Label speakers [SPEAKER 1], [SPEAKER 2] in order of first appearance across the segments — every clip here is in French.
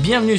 [SPEAKER 1] Bienvenue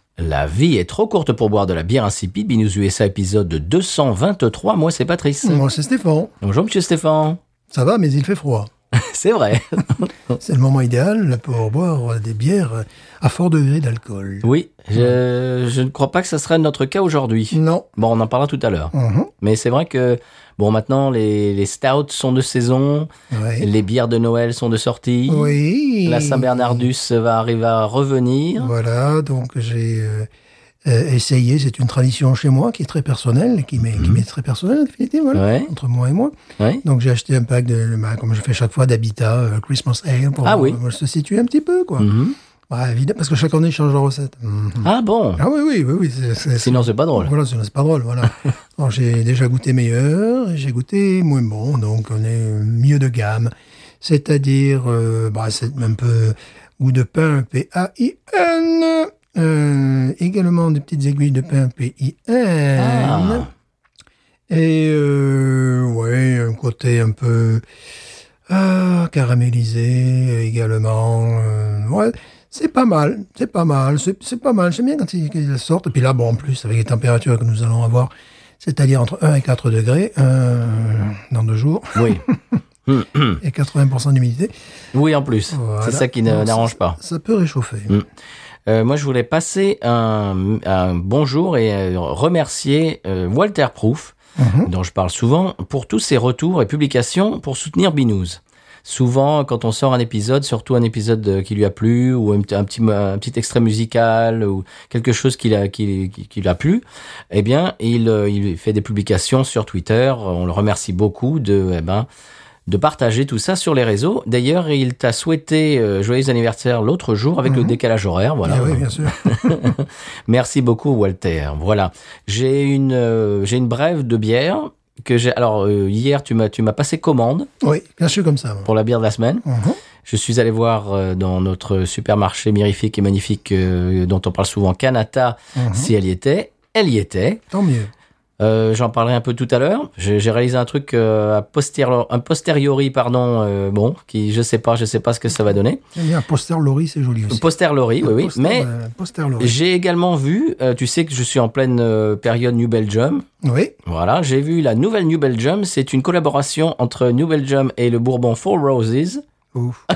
[SPEAKER 1] La vie est trop courte pour boire de la bière insipide. Binous USA épisode 223. Moi, c'est Patrice.
[SPEAKER 2] Moi, c'est Stéphane.
[SPEAKER 1] Bonjour, monsieur Stéphane.
[SPEAKER 2] Ça va, mais il fait froid.
[SPEAKER 1] C'est vrai. Oh.
[SPEAKER 2] C'est le moment idéal pour boire des bières à fort degré d'alcool.
[SPEAKER 1] Oui, je, je ne crois pas que ça sera notre cas aujourd'hui.
[SPEAKER 2] Non.
[SPEAKER 1] Bon, on en parlera tout à l'heure.
[SPEAKER 2] Mhm.
[SPEAKER 1] Mais c'est vrai que, bon, maintenant, les, les stouts sont de saison,
[SPEAKER 2] Ouais.
[SPEAKER 1] les bières de Noël sont de sortie,
[SPEAKER 2] Oui.
[SPEAKER 1] la Saint-Bernardus va arriver à revenir.
[SPEAKER 2] Voilà, donc j'ai euh, euh, essayé, c'est une tradition chez moi qui est très personnelle, qui m'est qui m'est très personnelle en définitive, voilà,
[SPEAKER 1] Mhm. Ouais.
[SPEAKER 2] entre moi et moi.
[SPEAKER 1] Ouais.
[SPEAKER 2] Donc j'ai acheté un pack, de, bah, comme je fais chaque fois, d'Habitat, euh, Christmas Ale, pour
[SPEAKER 1] Ah oui.
[SPEAKER 2] euh, se situer un petit peu, quoi.
[SPEAKER 1] Mhm.
[SPEAKER 2] Ouais, évidemment, parce que chaque année, je change la recette. Mhm.
[SPEAKER 1] Ah bon
[SPEAKER 2] Ah oui, oui, oui, oui. c'est- c'est- c'est-
[SPEAKER 1] Sinon, c'est pas drôle.
[SPEAKER 2] Voilà, sinon, c'est pas drôle, voilà. Alors, j'ai déjà goûté meilleur, j'ai goûté moins bon, donc on est mieux de gamme. C'est-à-dire, euh, bah, c'est un peu goût de pain, P-A-I-N. Euh, également des petites aiguilles de pain, P-I-N.
[SPEAKER 1] Ah.
[SPEAKER 2] Et, euh, ouais, un côté un peu ah, caramélisé également. euh, ouais, c'est pas mal, c'est pas mal, c'est c'est pas mal. J'aime bien quand ils, qu'ils sortent. Et puis là, bon, en plus, avec les températures que nous allons avoir, c'est-à-dire entre 1 et 4 degrés euh, dans deux jours,
[SPEAKER 1] Oui. Hum, hum.
[SPEAKER 2] et 80% d'humidité,
[SPEAKER 1] oui, en plus.
[SPEAKER 2] Voilà.
[SPEAKER 1] C'est ça qui ne-
[SPEAKER 2] Non,
[SPEAKER 1] n'arrange pas.
[SPEAKER 2] ça peut réchauffer.
[SPEAKER 1] Euh, moi, je voulais passer un, un bonjour et euh, remercier euh, Walter Proof,
[SPEAKER 2] Mhm.
[SPEAKER 1] dont je parle souvent, pour tous ses retours et publications pour soutenir Binous. Souvent, quand on sort un épisode, surtout un épisode euh, qui lui a plu, ou un, petit- un petit, un petit extrait musical, ou quelque chose qui l'a qui, qui- qui l'a plu, eh bien, il, euh, il fait des publications sur Twitter. On le remercie beaucoup de, eh ben, de partager tout ça sur les réseaux. D'ailleurs, il t'a souhaité euh, joyeux anniversaire l'autre jour avec le décalage horaire. Voilà.
[SPEAKER 2] Mhm. Eh oui, bien sûr.
[SPEAKER 1] Merci beaucoup, Walter. Voilà. J'ai une, euh, j'ai une brève de bière que j'ai. Alors, euh, hier, tu m'as, tu m'as passé commande
[SPEAKER 2] oui, bien sûr, comme ça. moi.
[SPEAKER 1] pour la bière de la semaine.
[SPEAKER 2] Mhm.
[SPEAKER 1] Je suis allé voir euh, dans notre supermarché mirifique et magnifique euh, dont on parle souvent, Canata,
[SPEAKER 2] Mhm.
[SPEAKER 1] si elle y était. Elle y était.
[SPEAKER 2] Tant mieux.
[SPEAKER 1] Euh, J'en parlerai un peu tout à l'heure. J'ai j'ai réalisé un truc euh, a posteriori, un posteriori, pardon, euh, bon, qui je sais pas, je sais pas ce que ça va donner.
[SPEAKER 2] J'aime bien, Poster Lori, c'est joli aussi.
[SPEAKER 1] Posteriori, oui, oui.
[SPEAKER 2] Poster,
[SPEAKER 1] Mais
[SPEAKER 2] euh, Poster Lori.
[SPEAKER 1] j'ai également vu, euh, tu sais que je suis en pleine euh, période New Belgium.
[SPEAKER 2] Oui,
[SPEAKER 1] Voilà, j'ai vu la nouvelle New Belgium. C'est une collaboration entre New Belgium et le Bourbon Four Roses.
[SPEAKER 2] ouf.
[SPEAKER 1] Ah,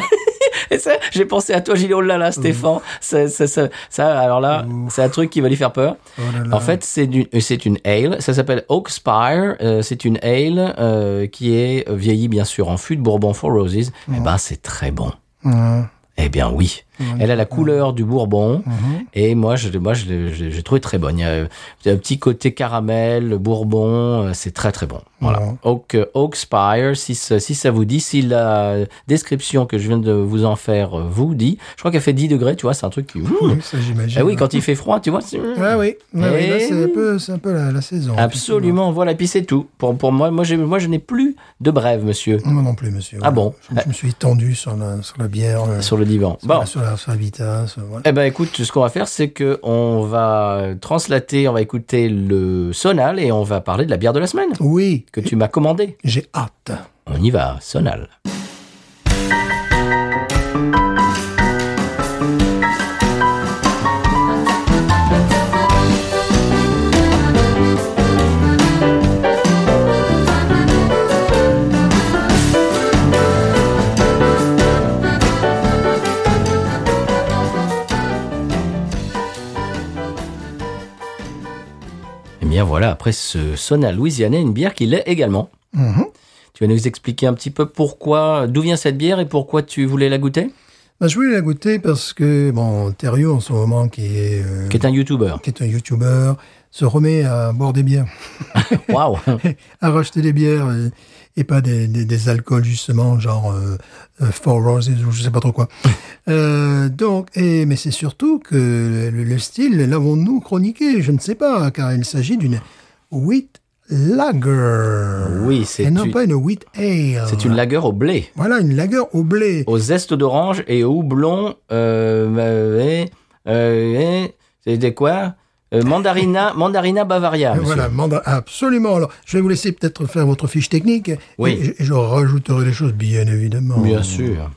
[SPEAKER 1] Et ça, j'ai pensé à toi, Gilles. Oh là là, Stéphane. Ça, ça, ça, ça, alors là,
[SPEAKER 2] Ouf.
[SPEAKER 1] c'est un truc qui va lui faire peur.
[SPEAKER 2] Oh là là.
[SPEAKER 1] En fait, c'est du- euh, c'est une ale. Ça s'appelle Oak Spire. Euh, c'est une ale euh, qui est vieillie, bien sûr, en fût de Bourbon Four Roses. Eh ben, c'est très bon.
[SPEAKER 2] Mhm.
[SPEAKER 1] Eh bien, oui. Elle a la couleur du Bourbon.
[SPEAKER 2] Mhm.
[SPEAKER 1] Et moi, je, l'ai- moi, je l'ai- je l'ai- j'ai trouvé très bonne. Il y a euh, un petit côté caramel, le bourbon, euh, c'est très très bon. Voilà.
[SPEAKER 2] Ouais.
[SPEAKER 1] Oak, euh, Oak Spire, si, ça- si ça vous dit, si la description que je viens de vous en faire euh, vous dit, je crois qu'elle fait 10 degrés, tu vois, c'est un truc qui.
[SPEAKER 2] Oui, ça j'imagine.
[SPEAKER 1] Ah oui, quand il fait froid, tu vois. c'est-
[SPEAKER 2] Ah oui, ah oui,
[SPEAKER 1] Eh
[SPEAKER 2] là, c'est un
[SPEAKER 1] oui.
[SPEAKER 2] peu, c'est un peu la, la saison.
[SPEAKER 1] Absolument, voilà, et puis c'est tout. Pour, pour moi, moi, j'ai- moi je n'ai plus de brève, monsieur,
[SPEAKER 2] effectivement. Moi non plus, monsieur.
[SPEAKER 1] Ah bon Eh,
[SPEAKER 2] Je, je me suis étendu sur la, sur la bière, euh, sur,
[SPEAKER 1] sur le divan. Bon.
[SPEAKER 2] la, sur la sur la Vita, sur- voilà.
[SPEAKER 1] Eh ben écoute, ce qu'on va faire, c'est que on va translater, on va écouter le sonal et on va parler de la bière de la semaine
[SPEAKER 2] Oui,
[SPEAKER 1] que tu m'as commandée.
[SPEAKER 2] j'ai hâte.
[SPEAKER 1] On y va, Sonal. Eh bien voilà, après ce Sonal louisianais, une bière qui l'est également.
[SPEAKER 2] Mhm.
[SPEAKER 1] Tu vas nous expliquer un petit peu pourquoi, d'où vient cette bière et pourquoi tu voulais la goûter
[SPEAKER 2] Ben, je voulais la goûter parce que, bon, Thériault, en ce moment, qui est, euh,
[SPEAKER 1] Qui est un youtubeur.
[SPEAKER 2] qui est un YouTuber, se remet à boire des bières,
[SPEAKER 1] Waouh
[SPEAKER 2] à racheter des bières. euh, et pas des, des, des alcools justement genre euh, euh, Four Roses ou je sais pas trop quoi. Euh, donc, et, mais c'est surtout que le, le style, l'avons-nous chroniqué Je ne sais pas, car il s'agit d'une wheat lager.
[SPEAKER 1] Oui, c'est
[SPEAKER 2] Et non
[SPEAKER 1] une-
[SPEAKER 2] pas une wheat ale.
[SPEAKER 1] C'est une lagueur au blé,
[SPEAKER 2] Voilà, une lager au blé.
[SPEAKER 1] au zeste d'orange et au houblon. Euh, euh, eh, euh, eh, c'est des quoi Euh, Mandarina, mandarina bavaria. Oh, monsieur.
[SPEAKER 2] Voilà, mandat, absolument. Alors, je vais vous laisser peut-être faire votre fiche technique.
[SPEAKER 1] Oui.
[SPEAKER 2] Et, et je rajouterai les choses, bien évidemment.
[SPEAKER 1] Bien sûr. Hein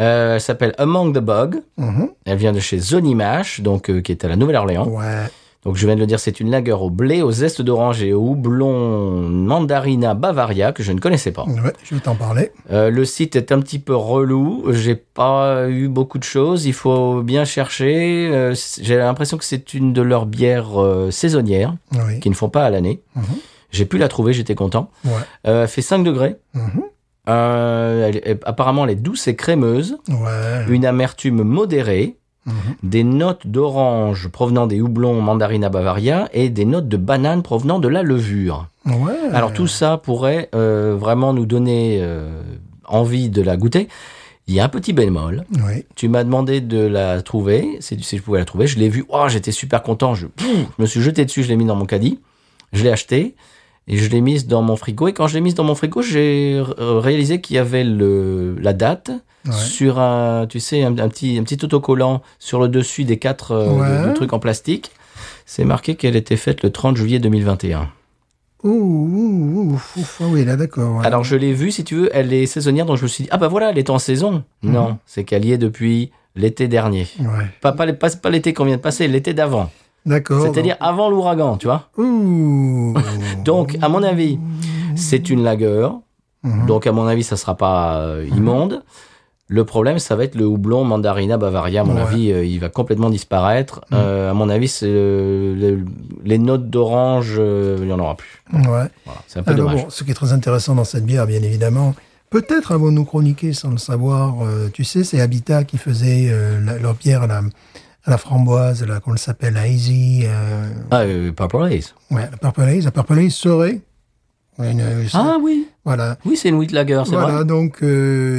[SPEAKER 1] Euh, elle s'appelle Among the Bog.
[SPEAKER 2] Mhm.
[SPEAKER 1] Elle vient de chez Zonimash, donc euh, qui est à la Nouvelle-Orléans.
[SPEAKER 2] Ouais.
[SPEAKER 1] Donc je viens de le dire, c'est une lagueur au blé, au zeste d'orange et au houblon mandarina bavaria que je ne connaissais pas.
[SPEAKER 2] ouais, je vais t'en parler.
[SPEAKER 1] Euh, le site est un petit peu relou. J'ai pas eu beaucoup de choses. Il faut bien chercher. Euh, c- J'ai l'impression que c'est une de leurs bières euh, saisonnières
[SPEAKER 2] Oui.
[SPEAKER 1] qui ne font pas à l'année.
[SPEAKER 2] Mhm.
[SPEAKER 1] J'ai pu la trouver. J'étais content.
[SPEAKER 2] Ouais.
[SPEAKER 1] Euh, elle fait 5 degrés.
[SPEAKER 2] Mhm.
[SPEAKER 1] Euh, elle est- apparemment, elle est douce et crémeuse.
[SPEAKER 2] Ouais.
[SPEAKER 1] Une amertume modérée.
[SPEAKER 2] Mhm.
[SPEAKER 1] Des notes d'orange provenant des houblons mandarina bavaria et des notes de banane provenant de la levure.
[SPEAKER 2] Ouais.
[SPEAKER 1] Alors tout ça pourrait euh, vraiment nous donner euh, envie de la goûter. Il y a un petit bémol.
[SPEAKER 2] Oui.
[SPEAKER 1] Tu m'as demandé de la trouver, si, si je pouvais la trouver. Je l'ai vue. Oh, j'étais super content. Je, pff, je me suis jeté dessus, je l'ai mis dans mon caddie. Je l'ai acheté et je l'ai mise dans mon frigo. Et quand je l'ai mise dans mon frigo, j'ai euh, réalisé qu'il y avait le, la date
[SPEAKER 2] Ouais.
[SPEAKER 1] sur un, tu sais, un, un petit, un petit autocollant sur le dessus des quatre euh,
[SPEAKER 2] Ouais.
[SPEAKER 1] de- de trucs en plastique. C'est marqué qu'elle était faite le 30 juillet 2021.
[SPEAKER 2] Ouh, ouh, ouh, ouf, ah oui, là, d'accord. ouais.
[SPEAKER 1] Alors je l'ai vue, si tu veux, elle est saisonnière, donc je me suis dit, ah bah voilà, elle est en saison.
[SPEAKER 2] Mhm.
[SPEAKER 1] Non, c'est qu'elle y est depuis l'été dernier.
[SPEAKER 2] Ouais.
[SPEAKER 1] Pas, pas, pas, pas l'été qu'on vient de passer, l'été d'avant.
[SPEAKER 2] D'accord.
[SPEAKER 1] C'est-à-dire avant l'ouragan, tu vois.
[SPEAKER 2] Ouh.
[SPEAKER 1] Donc, à mon avis, c'est une lagueur.
[SPEAKER 2] Mhm.
[SPEAKER 1] Donc, à mon avis, ça sera pas euh, immonde. Le problème, ça va être le houblon mandarina bavaria. À mon
[SPEAKER 2] Ouais. Mhm.
[SPEAKER 1] avis, euh, il va complètement disparaître. Euh, à mon avis, c'est, euh, le- les notes d'orange, euh, il n'y en aura plus.
[SPEAKER 2] Ouais.
[SPEAKER 1] Voilà, c'est un peu
[SPEAKER 2] Alors
[SPEAKER 1] dommage.
[SPEAKER 2] Ah, bah bon, ce qui est très intéressant dans cette bière, bien évidemment, peut-être avons-nous chroniqué sans le savoir, euh, tu sais, c'est Habitat qui faisait euh, la- leur bière à la, à la framboise, là, qu'on le s'appelle, la Easy, euh,
[SPEAKER 1] Ah, euh, Purple Haze.
[SPEAKER 2] ouais, la Purple Haze. La Purple Haze serait une, euh,
[SPEAKER 1] Ah oui,
[SPEAKER 2] voilà.
[SPEAKER 1] oui, c'est une wheat lager, Ah, c'est
[SPEAKER 2] Voilà,
[SPEAKER 1] vrai.
[SPEAKER 2] donc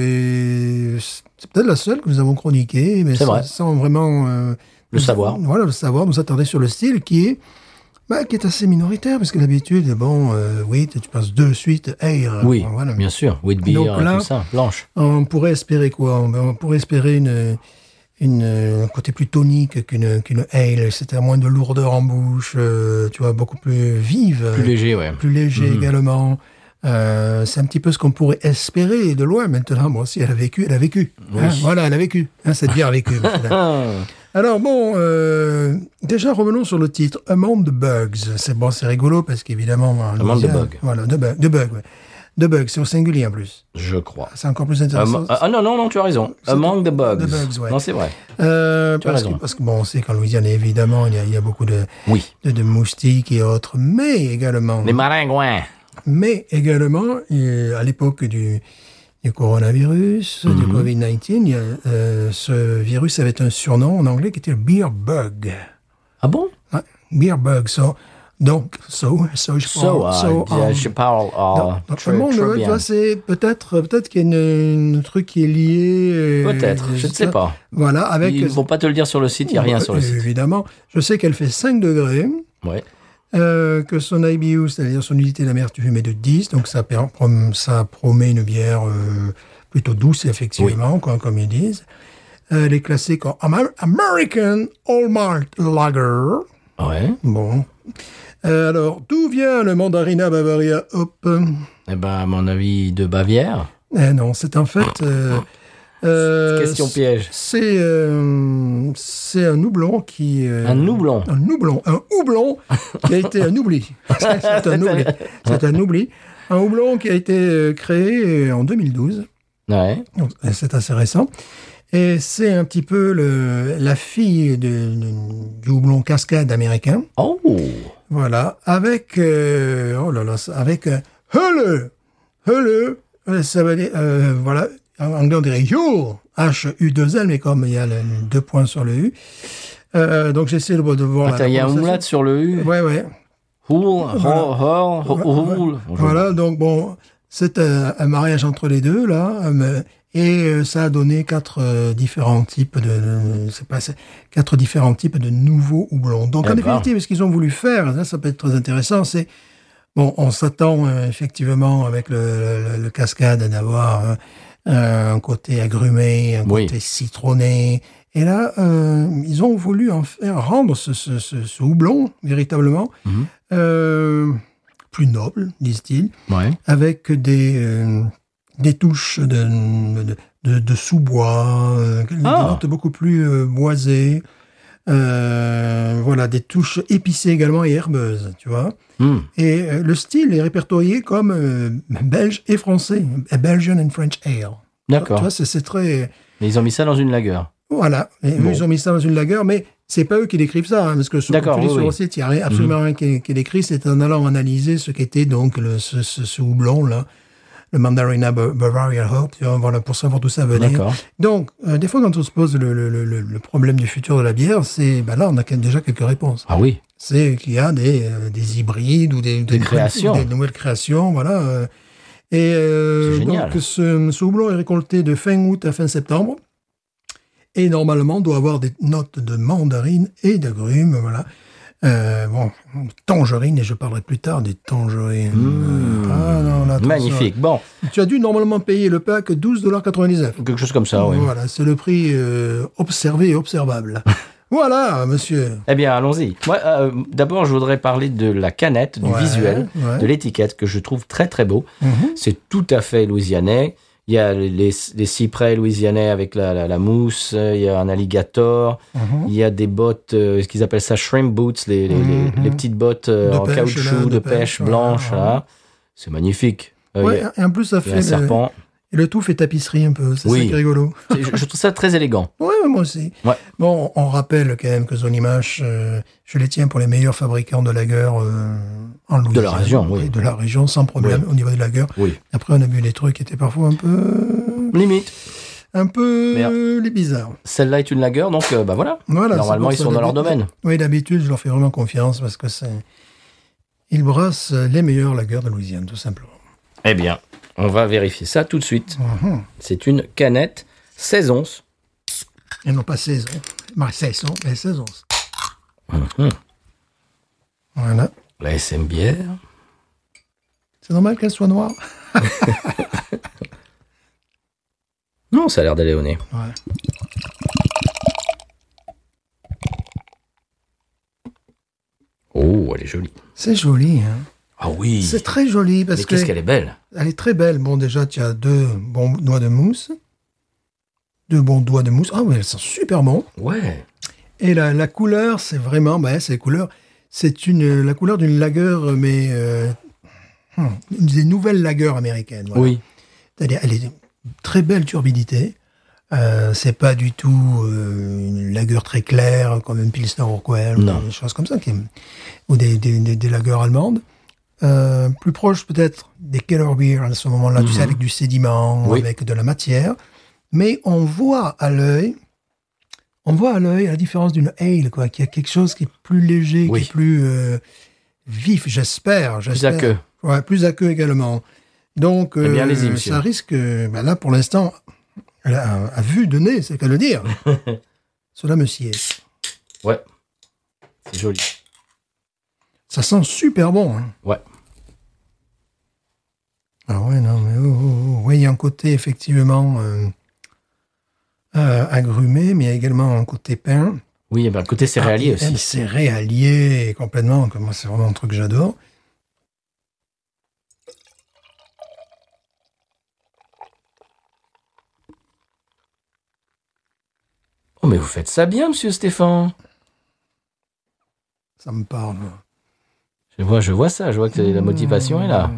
[SPEAKER 2] euh, et c'est peut-être la seule que nous avons chroniquée, mais
[SPEAKER 1] C'est
[SPEAKER 2] sans,
[SPEAKER 1] vrai.
[SPEAKER 2] sans vraiment euh,
[SPEAKER 1] Le savoir.
[SPEAKER 2] Voilà, le savoir, nous attarder sur le style qui est bah, qui est assez minoritaire, parce que d'habitude, bon, euh, oui, tu passes deux suites, air.
[SPEAKER 1] Oui,
[SPEAKER 2] Ah, bah voilà.
[SPEAKER 1] bien sûr. Wheat beer,
[SPEAKER 2] Donc là-
[SPEAKER 1] tout ça, blanche.
[SPEAKER 2] On pourrait espérer quoi On on pourrait espérer une, une, euh, un côté plus tonique qu'une qu'une ale, c'est-à-dire moins de lourdeur en bouche, euh, tu vois, beaucoup plus vive,
[SPEAKER 1] Plus léger, ouais.
[SPEAKER 2] plus léger
[SPEAKER 1] Mhm.
[SPEAKER 2] également. Euh, c'est un petit peu ce qu'on pourrait espérer de loin maintenant. Moi aussi, elle a vécu, elle a vécu. Hein, voilà, elle a vécu. Hein, cette bière a vécu. maintenant.
[SPEAKER 1] Ah.
[SPEAKER 2] Alors bon, euh, déjà revenons sur le titre. Among the Bugs. C'est bon, c'est rigolo parce qu'évidemment. on
[SPEAKER 1] Among the
[SPEAKER 2] disait-
[SPEAKER 1] Bug.
[SPEAKER 2] Voilà, de bugs. De bugs, ouais. De bugs, c'est au singulier en plus.
[SPEAKER 1] Je crois.
[SPEAKER 2] C'est encore plus intéressant.
[SPEAKER 1] Am- ah non, non, non, tu as raison. Among the bugs.
[SPEAKER 2] the bugs, ouais.
[SPEAKER 1] Non, c'est vrai.
[SPEAKER 2] Euh,
[SPEAKER 1] as
[SPEAKER 2] parce, que,
[SPEAKER 1] raison.
[SPEAKER 2] parce que bon, on sait qu'en Louisiane, évidemment, il y a, il y a beaucoup de,
[SPEAKER 1] Oui.
[SPEAKER 2] de, de moustiques et autres, mais également,
[SPEAKER 1] Les maringouins.
[SPEAKER 2] mais également, euh, à l'époque du, du coronavirus, du
[SPEAKER 1] Mhm.
[SPEAKER 2] Covid-19, il y a, euh, ce virus avait un surnom en anglais qui était le beer bug.
[SPEAKER 1] Ah bon?
[SPEAKER 2] Ouais, beer bug, so, donc, so, so, je
[SPEAKER 1] So,
[SPEAKER 2] parle-
[SPEAKER 1] uh,
[SPEAKER 2] so, um,
[SPEAKER 1] je parle uh,
[SPEAKER 2] donc,
[SPEAKER 1] très,
[SPEAKER 2] vraiment,
[SPEAKER 1] très
[SPEAKER 2] le- tu
[SPEAKER 1] bien.
[SPEAKER 2] vois, c'est peut-être, peut-être qu'il y a une, un truc qui est lié. euh,
[SPEAKER 1] Peut-être, je ne sais pas.
[SPEAKER 2] Voilà, avec euh,
[SPEAKER 1] Ils ne vont pas te le dire sur le site, il n'y a rien sur le site.
[SPEAKER 2] Évidemment. Je sais qu'elle fait 5 degrés,
[SPEAKER 1] Ouais.
[SPEAKER 2] euh, que son IBU, c'est-à-dire son unité d'amertume, est de 10, donc ça, per- prom- ça promet une bière euh, plutôt douce, effectivement, quoi, comme ils disent. Euh, elle est classée comme Amer- American All Malt Lager.
[SPEAKER 1] Ouais.
[SPEAKER 2] Bon. Euh, alors, d'où vient le mandarina Bavaria Hop
[SPEAKER 1] Eh ben, à mon avis, de Bavière.
[SPEAKER 2] Eh non, c'est en fait... euh, euh,
[SPEAKER 1] Question piège.
[SPEAKER 2] C'est euh, c'est un houblon qui euh,
[SPEAKER 1] Un houblon.
[SPEAKER 2] un houblon un houblon qui a été un oubli c'est un oubli c'est un oubli un houblon qui a été euh, créé en 2012
[SPEAKER 1] Ouais.
[SPEAKER 2] donc, euh, c'est assez récent et c'est un petit peu le, la fille de- de- du houblon cascade américain
[SPEAKER 1] Oh!
[SPEAKER 2] voilà avec euh, oh là là ça- avec euh, Hulle Hulle euh, ça veut dire euh, voilà en anglais on dirait Yule H U 2 L mais comme il y a le, le deux points sur le U euh, donc j'essaie de, de voir la-
[SPEAKER 1] Attends, il y a
[SPEAKER 2] la
[SPEAKER 1] un moulat sur le U.
[SPEAKER 2] Ouais, ouais.
[SPEAKER 1] Houl, hol, hol, hol.
[SPEAKER 2] Voilà, donc bon, C'est un, un mariage entre les deux, là, euh, et euh, ça a donné quatre euh, différents types de, de- c'est pas, c'est- quatre différents types de nouveaux houblons. Donc,
[SPEAKER 1] Eh
[SPEAKER 2] en
[SPEAKER 1] ben.
[SPEAKER 2] définitive, ce qu'ils ont voulu faire, ça, ça peut être très intéressant, c'est, bon, on s'attend euh, effectivement avec le, le- le cascade d'avoir euh, un côté agrumé, un
[SPEAKER 1] Oui.
[SPEAKER 2] côté citronné. Et là, euh, ils ont voulu en faire, rendre ce, ce- ce- ce houblon, véritablement,
[SPEAKER 1] Mhm.
[SPEAKER 2] euh, plus noble, disent-ils
[SPEAKER 1] Ouais.
[SPEAKER 2] avec des, euh, des touches de, de, de- de sous-bois, euh, des
[SPEAKER 1] Ah.
[SPEAKER 2] notes beaucoup plus euh, boisées. Euh, voilà, des touches épicées également et herbeuses, tu vois.
[SPEAKER 1] Hmm.
[SPEAKER 2] Et euh, le style est répertorié comme euh, belge et français, A Belgian and French Ale. Tu
[SPEAKER 1] D'accord.
[SPEAKER 2] vois, c'est- c'est très...
[SPEAKER 1] Mais ils ont mis ça dans une lagueur.
[SPEAKER 2] Voilà, Et eux,
[SPEAKER 1] Bon.
[SPEAKER 2] ils ont mis ça dans une lagueur, mais c'est pas eux qui décrivent ça, hein, parce que sur,
[SPEAKER 1] D'accord,
[SPEAKER 2] tu lis
[SPEAKER 1] oui,
[SPEAKER 2] sur
[SPEAKER 1] oui. Mhm.
[SPEAKER 2] le site, il n'y a rien- absolument rien qui, qui est décrit, c'est en allant analyser ce qu'était donc le, ce, ce, ce houblon-là, le Mandarina Ba- Bavaria Hope, tu vois, voilà, pour savoir d'où ça venait.
[SPEAKER 1] D'accord.
[SPEAKER 2] Donc, euh, des fois, quand on se pose le, le, le, le- le problème du futur de la bière, c'est, bah là, on a que- déjà quelques réponses.
[SPEAKER 1] Ah oui.
[SPEAKER 2] C'est qu'il y a des, euh, des hybrides ou des,
[SPEAKER 1] Des créations.
[SPEAKER 2] des nouvelles créations, voilà. euh. Et euh,
[SPEAKER 1] C'est génial.
[SPEAKER 2] donc ce, ce houblon est récolté de fin août à fin septembre et normalement doit avoir des notes de mandarine et d'agrumes, voilà. Euh, bon, tangerine, et je parlerai plus tard des tangerines.
[SPEAKER 1] Mmh.
[SPEAKER 2] Ah, non, là, attention.
[SPEAKER 1] Magnifique. Bon,
[SPEAKER 2] Tu as dû normalement payer le pack 12,99$.
[SPEAKER 1] quelque chose comme ça, Ah oui.
[SPEAKER 2] Voilà, c'est le prix euh, observé et observable. voilà, monsieur.
[SPEAKER 1] Eh bien, allons-y. Moi, euh, d'abord, je voudrais parler de la canette, du
[SPEAKER 2] Ouais,
[SPEAKER 1] visuel,
[SPEAKER 2] ouais.
[SPEAKER 1] de l'étiquette que je trouve très très beau.
[SPEAKER 2] Mhm.
[SPEAKER 1] C'est tout à fait louisianais. Il y a les, les cyprès louisianais avec la, la- la mousse, euh, il y a un alligator,
[SPEAKER 2] Mhm.
[SPEAKER 1] il y a des bottes, euh, ce qu'ils appellent ça shrimp boots, les, les- les-
[SPEAKER 2] Mhm.
[SPEAKER 1] les petites bottes euh,
[SPEAKER 2] De
[SPEAKER 1] en
[SPEAKER 2] pêche,
[SPEAKER 1] caoutchouc
[SPEAKER 2] là,
[SPEAKER 1] de,
[SPEAKER 2] de
[SPEAKER 1] pêche,
[SPEAKER 2] pêche,
[SPEAKER 1] blanche.
[SPEAKER 2] ouais, ouais.
[SPEAKER 1] là. C'est magnifique. Euh, il
[SPEAKER 2] Ouais, ah,
[SPEAKER 1] y a-
[SPEAKER 2] et en plus, ça
[SPEAKER 1] il y a
[SPEAKER 2] fait.
[SPEAKER 1] un
[SPEAKER 2] le-
[SPEAKER 1] serpent.
[SPEAKER 2] Et le tout fait tapisserie un peu, c'est
[SPEAKER 1] Oui.
[SPEAKER 2] ça qui est rigolo.
[SPEAKER 1] C'est- je, je trouve ça très élégant.
[SPEAKER 2] Ouais, moi aussi.
[SPEAKER 1] Ouais.
[SPEAKER 2] Bon, on rappelle quand même que Zonimash, euh, je les tiens pour les meilleurs fabricants de lagueur euh, en Louisiane.
[SPEAKER 1] région, oui.
[SPEAKER 2] Et De la région, sans problème, au niveau de lagueur.
[SPEAKER 1] Oui.
[SPEAKER 2] Après, on a bu des trucs qui étaient parfois un peu.
[SPEAKER 1] Limite.
[SPEAKER 2] un peu.
[SPEAKER 1] Merde.
[SPEAKER 2] les bizarres.
[SPEAKER 1] Celle-là est une lagueur, donc euh, bah voilà.
[SPEAKER 2] Voilà, c'est
[SPEAKER 1] euh, Normalement,
[SPEAKER 2] pour
[SPEAKER 1] ils
[SPEAKER 2] ça,
[SPEAKER 1] sont dans leur
[SPEAKER 2] d'habitude-
[SPEAKER 1] domaine.
[SPEAKER 2] Oui, d'habitude, je leur fais vraiment confiance parce que c'est. Ils brassent les meilleurs lagueurs de Louisiane, tout simplement.
[SPEAKER 1] Eh bien, on va vérifier ça tout de suite.
[SPEAKER 2] Mhm.
[SPEAKER 1] C'est une canette 16 onces.
[SPEAKER 2] Et non pas 16 ans. Bah, 16 ans, mais 16 ans.
[SPEAKER 1] Hum,
[SPEAKER 2] Voilà.
[SPEAKER 1] La SMBR.
[SPEAKER 2] C'est normal qu'elle soit noire.
[SPEAKER 1] Non, ça a l'air d'aller au nez.
[SPEAKER 2] Ouais.
[SPEAKER 1] Oh, elle est jolie.
[SPEAKER 2] C'est joli, hein.
[SPEAKER 1] Ah oui.
[SPEAKER 2] C'est très joli parce
[SPEAKER 1] Mais qu'est-ce
[SPEAKER 2] que
[SPEAKER 1] qu'elle est belle.
[SPEAKER 2] elle est très belle. Bon, déjà, tu as deux bons doigts de mousse. Deux bons doigts de mousse. Ah oui, elles sont super bons.
[SPEAKER 1] Ouais.
[SPEAKER 2] Et la, la couleur, c'est vraiment, bah, c'est la couleur. C'est une, la couleur d'une lagueur, mais euh, hmm, des nouvelles lagueurs américaines. voilà.
[SPEAKER 1] Oui.
[SPEAKER 2] C'est-à-dire, elle est de très belle turbidité. Euh, c'est pas du tout euh, une lagueur très claire, comme une Pilsner Urquell,
[SPEAKER 1] Non.
[SPEAKER 2] ou des choses comme ça, qui est- ou des, des, des, des lagueurs allemandes. Euh, plus proche peut-être des Keller Beer à ce moment-là, tu sais, avec du sédiment,
[SPEAKER 1] Mhm. Oui.
[SPEAKER 2] avec de la matière. Mais on voit à l'œil, on voit à l'œil la différence d'une ale, quoi, qui a quelque chose qui est plus léger,
[SPEAKER 1] Oui.
[SPEAKER 2] qui est plus euh, vif, j'espère.
[SPEAKER 1] Plus à
[SPEAKER 2] j'espère.
[SPEAKER 1] queue.
[SPEAKER 2] Ouais, plus à queue également. Donc,
[SPEAKER 1] Eh bien,
[SPEAKER 2] euh,
[SPEAKER 1] allez-y, monsieur.
[SPEAKER 2] ça risque, euh, ben là, pour l'instant, à, à vue de nez, c'est qu'à le dire. Cela me sied.
[SPEAKER 1] Ouais. C'est joli.
[SPEAKER 2] Ça sent super bon. hein.
[SPEAKER 1] Ouais.
[SPEAKER 2] Ah ouais, non, mais oh, oh, oh. Ouais, il y a un côté, effectivement, euh, euh, agrumé, mais il y a également un côté pain.
[SPEAKER 1] Oui, eh ben, le côté céréalier
[SPEAKER 2] Ah, et- et
[SPEAKER 1] aussi.
[SPEAKER 2] C'est réallié complètement. que Moi, c'est vraiment un truc que j'adore.
[SPEAKER 1] Oh, mais vous faites ça bien, monsieur Stéphane.
[SPEAKER 2] Ça me parle. moi.
[SPEAKER 1] Je vois, je vois ça. Je vois que la motivation est là.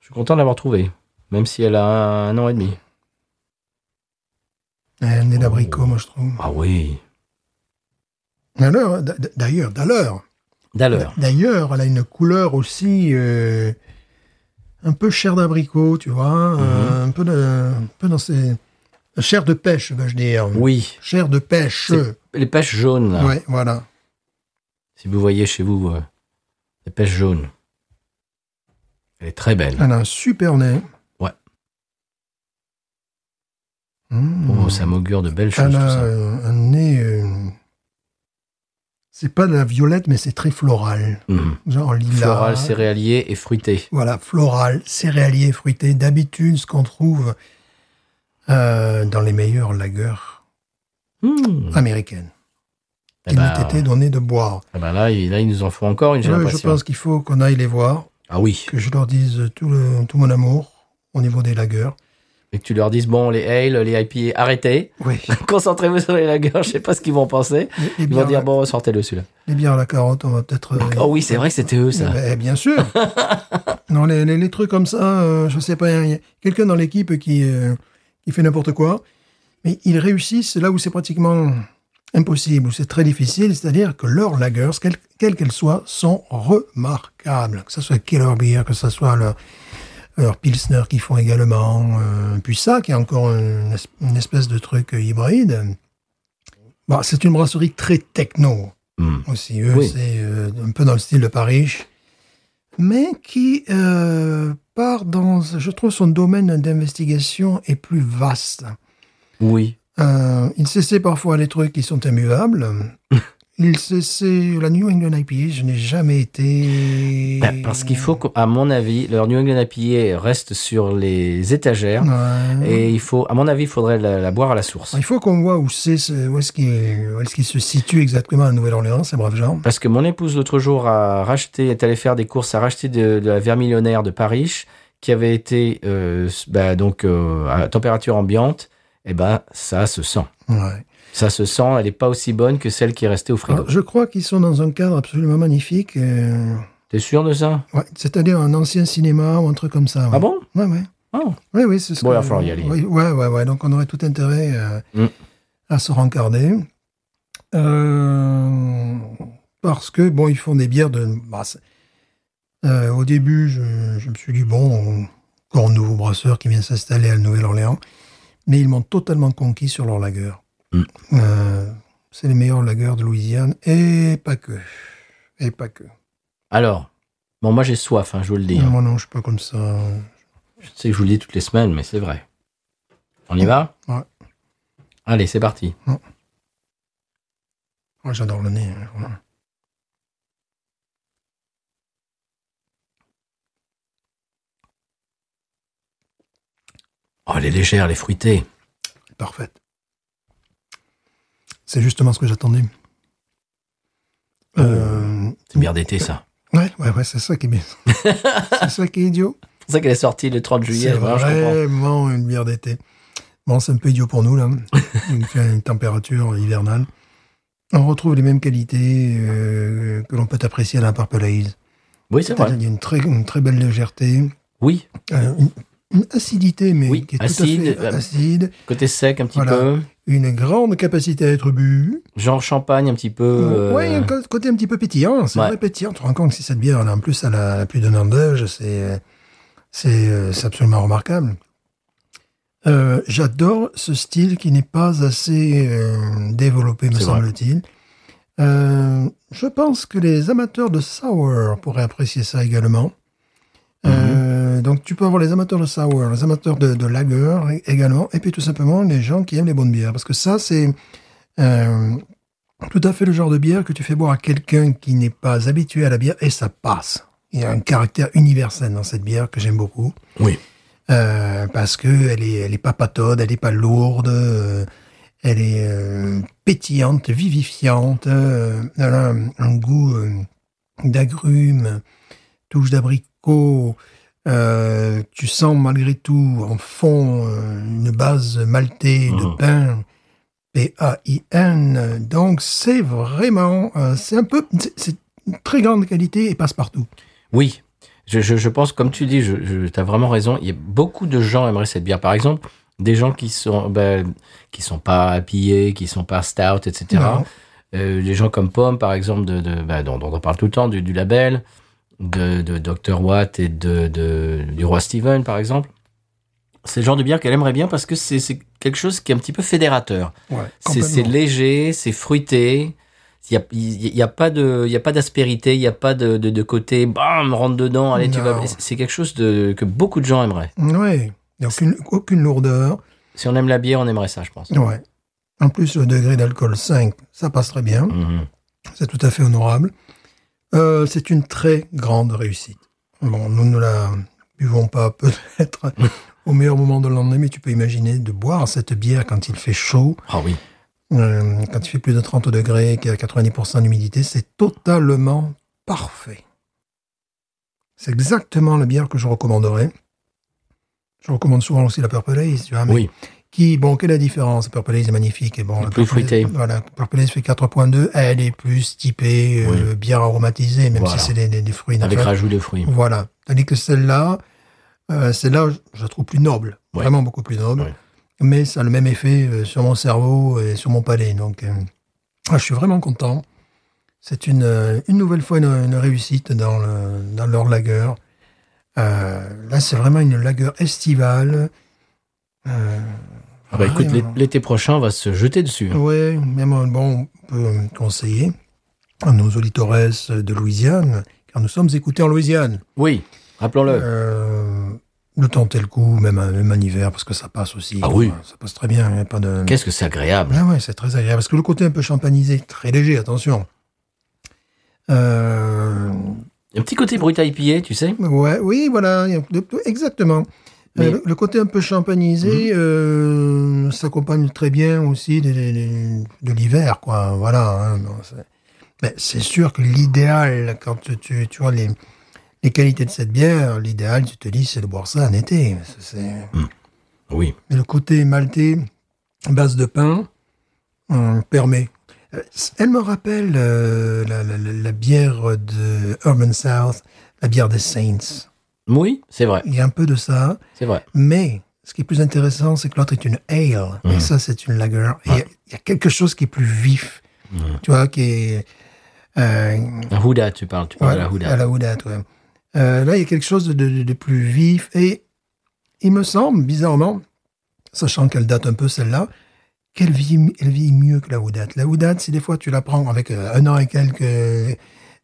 [SPEAKER 1] Je suis content de l'avoir trouvée. Même si elle a un, un an et demi.
[SPEAKER 2] Un nez d'abricot, moi, je trouve.
[SPEAKER 1] Ah oui.
[SPEAKER 2] Alors, d- d- d'ailleurs, d'ailleurs,
[SPEAKER 1] D'alors.
[SPEAKER 2] D'ailleurs, elle a une couleur aussi euh, un peu chair d'abricot, tu vois, euh,
[SPEAKER 1] Mhm.
[SPEAKER 2] un, peu de- un peu dans ces euh, chair de pêche, veux-je dire,
[SPEAKER 1] Oui.
[SPEAKER 2] chair de pêche.
[SPEAKER 1] C'est- Les pêches jaunes, là.
[SPEAKER 2] Ouais, voilà.
[SPEAKER 1] Si vous voyez chez vous euh, les pêches jaunes. Elle est très belle.
[SPEAKER 2] Elle a un super nez.
[SPEAKER 1] Ouais.
[SPEAKER 2] Mmh.
[SPEAKER 1] Oh, ça m'augure de belles choses,
[SPEAKER 2] Elle
[SPEAKER 1] tout
[SPEAKER 2] a
[SPEAKER 1] ça.
[SPEAKER 2] euh, un nez. euh, C'est pas de la violette, mais c'est très floral.
[SPEAKER 1] Mhm.
[SPEAKER 2] Genre lilas.
[SPEAKER 1] Floral, céréalier et fruité.
[SPEAKER 2] Voilà, floral, céréalier, fruité. D'habitude, ce qu'on trouve euh, dans les meilleures lagers
[SPEAKER 1] Hmm.
[SPEAKER 2] américaines,
[SPEAKER 1] Eh
[SPEAKER 2] qui
[SPEAKER 1] ben,
[SPEAKER 2] Mmh. nous étaient données de boire.
[SPEAKER 1] ah ben là, il- là, ils nous en font encore une, j'ai
[SPEAKER 2] Ouais, je
[SPEAKER 1] l'impression.
[SPEAKER 2] pense qu'il faut qu'on aille les voir,
[SPEAKER 1] Ah oui.
[SPEAKER 2] que je leur dise tout, le- tout mon amour au niveau des lagers.
[SPEAKER 1] Et que tu leur dises, bon, les ale, les IPA, arrêtez.
[SPEAKER 2] Oui.
[SPEAKER 1] Concentrez-vous sur les lagers, je sais pas ce qu'ils vont penser.
[SPEAKER 2] Les, les
[SPEAKER 1] Ils vont
[SPEAKER 2] bières,
[SPEAKER 1] dire, bon, sortez-le, celui-là.
[SPEAKER 2] les bières à la carotte, on va peut-être. euh,
[SPEAKER 1] Oh oui, c'est vrai que c'était eux, ça.
[SPEAKER 2] Eh ben, bien sûr. non, les, les- les trucs comme ça, euh, je sais pas, il y a quelqu'un dans l'équipe qui, euh, qui fait n'importe quoi, mais ils réussissent là où c'est pratiquement impossible, où c'est très difficile, c'est-à-dire que leurs lagers, quelles quelles qu'elles soient, sont remarquables. Que ce soit Keller Beer, que ce soit leur, leur Pilsner qu'ils font également, euh, puis ça, qui est encore une, es- une espèce de truc euh, hybride. Bon, c'est une brasserie très techno
[SPEAKER 1] Hmm.
[SPEAKER 2] aussi. Eux,
[SPEAKER 1] Oui.
[SPEAKER 2] c'est euh, un peu dans le style de Paris, mais qui euh, part dans, je trouve, son domaine d'investigation est plus vaste.
[SPEAKER 1] Oui.
[SPEAKER 2] Euh, il s'essaie parfois des trucs qui sont immuables. il s'essaie la New England IPA, je n'ai jamais été.
[SPEAKER 1] Ben, parce qu'il faut, qu'à mon avis, leur New England IPA reste sur les étagères.
[SPEAKER 2] Ouais.
[SPEAKER 1] Et il faut, à mon avis, il faudrait la, la boire à la source.
[SPEAKER 2] Il faut qu'on voit où c'est, ce- où est-ce qu'il est qu'il se situe exactement à Nouvelle-Orléans, ces braves gens.
[SPEAKER 1] Parce que mon épouse, l'autre jour, a racheté, est allée faire des courses, a racheté de, de la vermillionnaire de Paris, qui avait été, euh, s- bah, donc, euh, à température ambiante. Et ben, ça se sent.
[SPEAKER 2] Ouais.
[SPEAKER 1] Ça se sent, elle n'est pas aussi bonne que celle qui est restée au frigo.
[SPEAKER 2] Alors, Ah, je crois qu'ils sont dans un cadre absolument magnifique. euh,
[SPEAKER 1] T'es sûr de ça
[SPEAKER 2] Ouais, c'est-à-dire un ancien cinéma ou un truc comme ça. ouais.
[SPEAKER 1] Ah bon
[SPEAKER 2] Ouais, ouais.
[SPEAKER 1] Oh.
[SPEAKER 2] Oui, oui, c'est ce
[SPEAKER 1] Bon,
[SPEAKER 2] que-
[SPEAKER 1] il va falloir y aller.
[SPEAKER 2] Oui, ouais, ouais, ouais. Donc, on aurait tout intérêt euh,
[SPEAKER 1] Mm.
[SPEAKER 2] à se rencarder. Euh, parce que, bon, ils font des bières de. bah, c'est- euh, au début, je, je me suis dit, bon, encore un nouveau brasseur qui vient s'installer à Nouvelle-Orléans. Mais ils m'ont totalement conquis sur leur lager.
[SPEAKER 1] Mm.
[SPEAKER 2] Euh, c'est les meilleurs lagers de Louisiane. Et pas que. Et pas que.
[SPEAKER 1] Alors, bon, moi j'ai soif, hein, je vous le dis. hein.
[SPEAKER 2] Moi, non, je suis pas comme ça.
[SPEAKER 1] Je sais que je vous le dis toutes les semaines, mais c'est vrai. On y va
[SPEAKER 2] Ouais.
[SPEAKER 1] Allez, c'est parti.
[SPEAKER 2] Moi, j'adore le nez. hein, vraiment.
[SPEAKER 1] Oh, elle est légère, elle est fruitée.
[SPEAKER 2] Parfaite. C'est justement ce que j'attendais. Euh,
[SPEAKER 1] C'est bière d'été, ça.
[SPEAKER 2] ouais, ouais, ouais, c'est ça qui est bien. c'est ça qui est idiot.
[SPEAKER 1] C'est pour ça qu'elle est sortie le 30 juillet.
[SPEAKER 2] C'est
[SPEAKER 1] voilà, hein, je comprends.
[SPEAKER 2] vraiment une bière d'été. Bon, c'est un peu idiot pour nous, là. Il fait une température hivernale. On retrouve les mêmes qualités euh, que l'on peut apprécier à la Purple Haze.
[SPEAKER 1] Oui, c'est vrai.
[SPEAKER 2] Il y a une très, une très belle légèreté,
[SPEAKER 1] Oui,
[SPEAKER 2] euh, une, une acidité, mais
[SPEAKER 1] Oui,
[SPEAKER 2] qui est
[SPEAKER 1] acide,
[SPEAKER 2] tout à
[SPEAKER 1] euh,
[SPEAKER 2] fait acide.
[SPEAKER 1] côté sec un petit
[SPEAKER 2] Voilà.
[SPEAKER 1] peu,
[SPEAKER 2] Une grande capacité à être bu.
[SPEAKER 1] genre champagne un petit peu. euh,
[SPEAKER 2] Ouais, il y a un co- côté un petit peu pétillant, c'est
[SPEAKER 1] Ouais.
[SPEAKER 2] vrai pétillant. Tu te rends compte que si cette bière, elle a en plus, elle a plus d'un an d'âge, c'est, euh, c'est, euh, c'est absolument remarquable. Euh, j'adore ce style qui n'est pas assez euh, développé, me
[SPEAKER 1] C'est vrai.
[SPEAKER 2] semble-t-il. Euh, je pense que les amateurs de sour pourraient apprécier ça également. Euh, donc tu peux avoir les amateurs de sour, les amateurs de, de lager é- également, et puis tout simplement les gens qui aiment les bonnes bières. Parce que ça, c'est euh, tout à fait le genre de bière que tu fais boire à quelqu'un qui n'est pas habitué à la bière, et ça passe. Il y a un caractère universel dans cette bière que j'aime beaucoup.
[SPEAKER 1] Oui.
[SPEAKER 2] Euh, parce que elle est, elle est pas patode, elle est pas lourde, euh, elle est euh, pétillante, vivifiante, euh, elle a un, un goût euh, d'agrumes, touche d'abricot. euh, tu sens malgré tout en fond euh, une base maltée
[SPEAKER 1] Mhm.
[SPEAKER 2] de pain. P-A-I-N. Donc c'est vraiment, euh, c'est un peu, c'est- c'est une très grande qualité et passe partout.
[SPEAKER 1] Oui, je, je, je pense, comme tu dis, je, je, tu as vraiment raison. Il y a beaucoup de gens aimeraient cette bière. Par exemple, des gens qui sont ben, qui sont pas appillés, qui sont pas stout, etc.
[SPEAKER 2] Non.
[SPEAKER 1] Euh, les gens comme Pomme, par exemple, de, de, ben, dont, dont on parle tout le temps, du, du label, de, de Dr. Watt et de, de- du Roi Steven, par exemple. C'est le genre de bière qu'elle aimerait bien parce que c'est c'est quelque chose qui est un petit peu fédérateur.
[SPEAKER 2] Ouais,
[SPEAKER 1] C'est c'est
[SPEAKER 2] complètement.
[SPEAKER 1] léger, c'est fruité. Il n'y a, il y a pas de, il y a pas d'aspérité, il n'y a pas de, de, de côté, bam, rentre dedans, allez, tu
[SPEAKER 2] Non.
[SPEAKER 1] vas. C'est quelque chose de, que beaucoup de gens aimeraient.
[SPEAKER 2] Oui. Il n'y a aucune, aucune lourdeur.
[SPEAKER 1] Si on aime la bière, on aimerait ça, je pense.
[SPEAKER 2] Ouais. En plus, le degré d'alcool 5, ça passe très bien.
[SPEAKER 1] Mhm.
[SPEAKER 2] C'est tout à fait honorable. Euh, c'est une très grande réussite. Bon, nous ne la buvons pas peut-être au meilleur moment de l'année, mais tu peux imaginer de boire cette bière quand il fait chaud,
[SPEAKER 1] Ah oui.
[SPEAKER 2] euh, quand il fait plus de 30 degrés, qu'il y a 90% d'humidité, c'est totalement parfait. C'est exactement la bière que je recommanderais. Je recommande souvent aussi la Purple Haze, tu vois, mais
[SPEAKER 1] Oui.
[SPEAKER 2] qui, bon, quelle est la différence La Purple Haze est magnifique. Et bon, la
[SPEAKER 1] plus
[SPEAKER 2] Purple Haze-
[SPEAKER 1] fruitée.
[SPEAKER 2] Voilà, la Purple Haze fait 4.2. Elle est plus typée euh, bière aromatisée, même
[SPEAKER 1] Voilà.
[SPEAKER 2] si c'est des, des- des fruits
[SPEAKER 1] Avec
[SPEAKER 2] naturels.
[SPEAKER 1] rajout de fruits.
[SPEAKER 2] Voilà. Tandis que celle-là, euh, celle-là, je- je la trouve plus noble.
[SPEAKER 1] Ouais.
[SPEAKER 2] Vraiment beaucoup plus noble.
[SPEAKER 1] Ouais.
[SPEAKER 2] Mais ça a le même effet euh, sur mon cerveau et sur mon palais. Donc, euh, ah, je suis vraiment content. C'est une, euh, une nouvelle fois une, une réussite dans, le, dans leur lagueur. Euh, là, c'est vraiment une lagueur estivale. Euh,
[SPEAKER 1] Ah bah, écoute, l'é-
[SPEAKER 2] vraiment.
[SPEAKER 1] l'été prochain, on va se jeter dessus. hein.
[SPEAKER 2] Ouais, même euh, bon, on peut euh, conseiller à nos auditores de Louisiane, car nous sommes écoutés en Louisiane,
[SPEAKER 1] Oui, rappelons-le.
[SPEAKER 2] euh, de tenter le coup, même, en- même en hiver, parce que ça passe aussi.
[SPEAKER 1] Ah
[SPEAKER 2] quoi.
[SPEAKER 1] oui.
[SPEAKER 2] Ça passe très bien, il n'y a pas de.
[SPEAKER 1] Qu'est-ce que c'est agréable.
[SPEAKER 2] Ah ouais, c'est très agréable. Parce que le côté un peu champanisé, très léger, attention. Euh,
[SPEAKER 1] Un petit côté brutaille pillé, tu sais.
[SPEAKER 2] ouais, oui, voilà, il y a de- exactement.
[SPEAKER 1] Mais-
[SPEAKER 2] Euh, le- Le côté un peu champanisé euh, s'accompagne très bien aussi des- des- des- de l'hiver, quoi. Voilà. hein, bon, c'est- mais c'est sûr que l'idéal, quand tu, tu, tu vois les, les qualités de cette bière, l'idéal, tu te dis, c'est de boire ça en été. C'est- c'est-
[SPEAKER 1] Oui.
[SPEAKER 2] mais le côté maltais, base de pain, euh, permet. Euh, Elle me rappelle euh, la, la- la- la bière de Urban South, la bière des Saints.
[SPEAKER 1] Oui, c'est vrai.
[SPEAKER 2] Il y a un peu de ça,
[SPEAKER 1] C'est vrai.
[SPEAKER 2] mais ce qui est plus intéressant, c'est que l'autre est une ale, et ça, c'est une lager. Et Il y a- il y, a quelque chose qui est plus vif, tu vois, qui est... euh,
[SPEAKER 1] La Houda, tu parles. Tu parles de la
[SPEAKER 2] Ouais,
[SPEAKER 1] Houda.
[SPEAKER 2] à la Houdat, ouais. Euh, là, il y a quelque chose de, de- de plus vif. Et il me semble, bizarrement, sachant qu'elle date un peu celle-là, qu'elle vit, elle vit mieux que la Houdat. La Houdat, si des fois tu la prends avec euh, un an et quelques euh,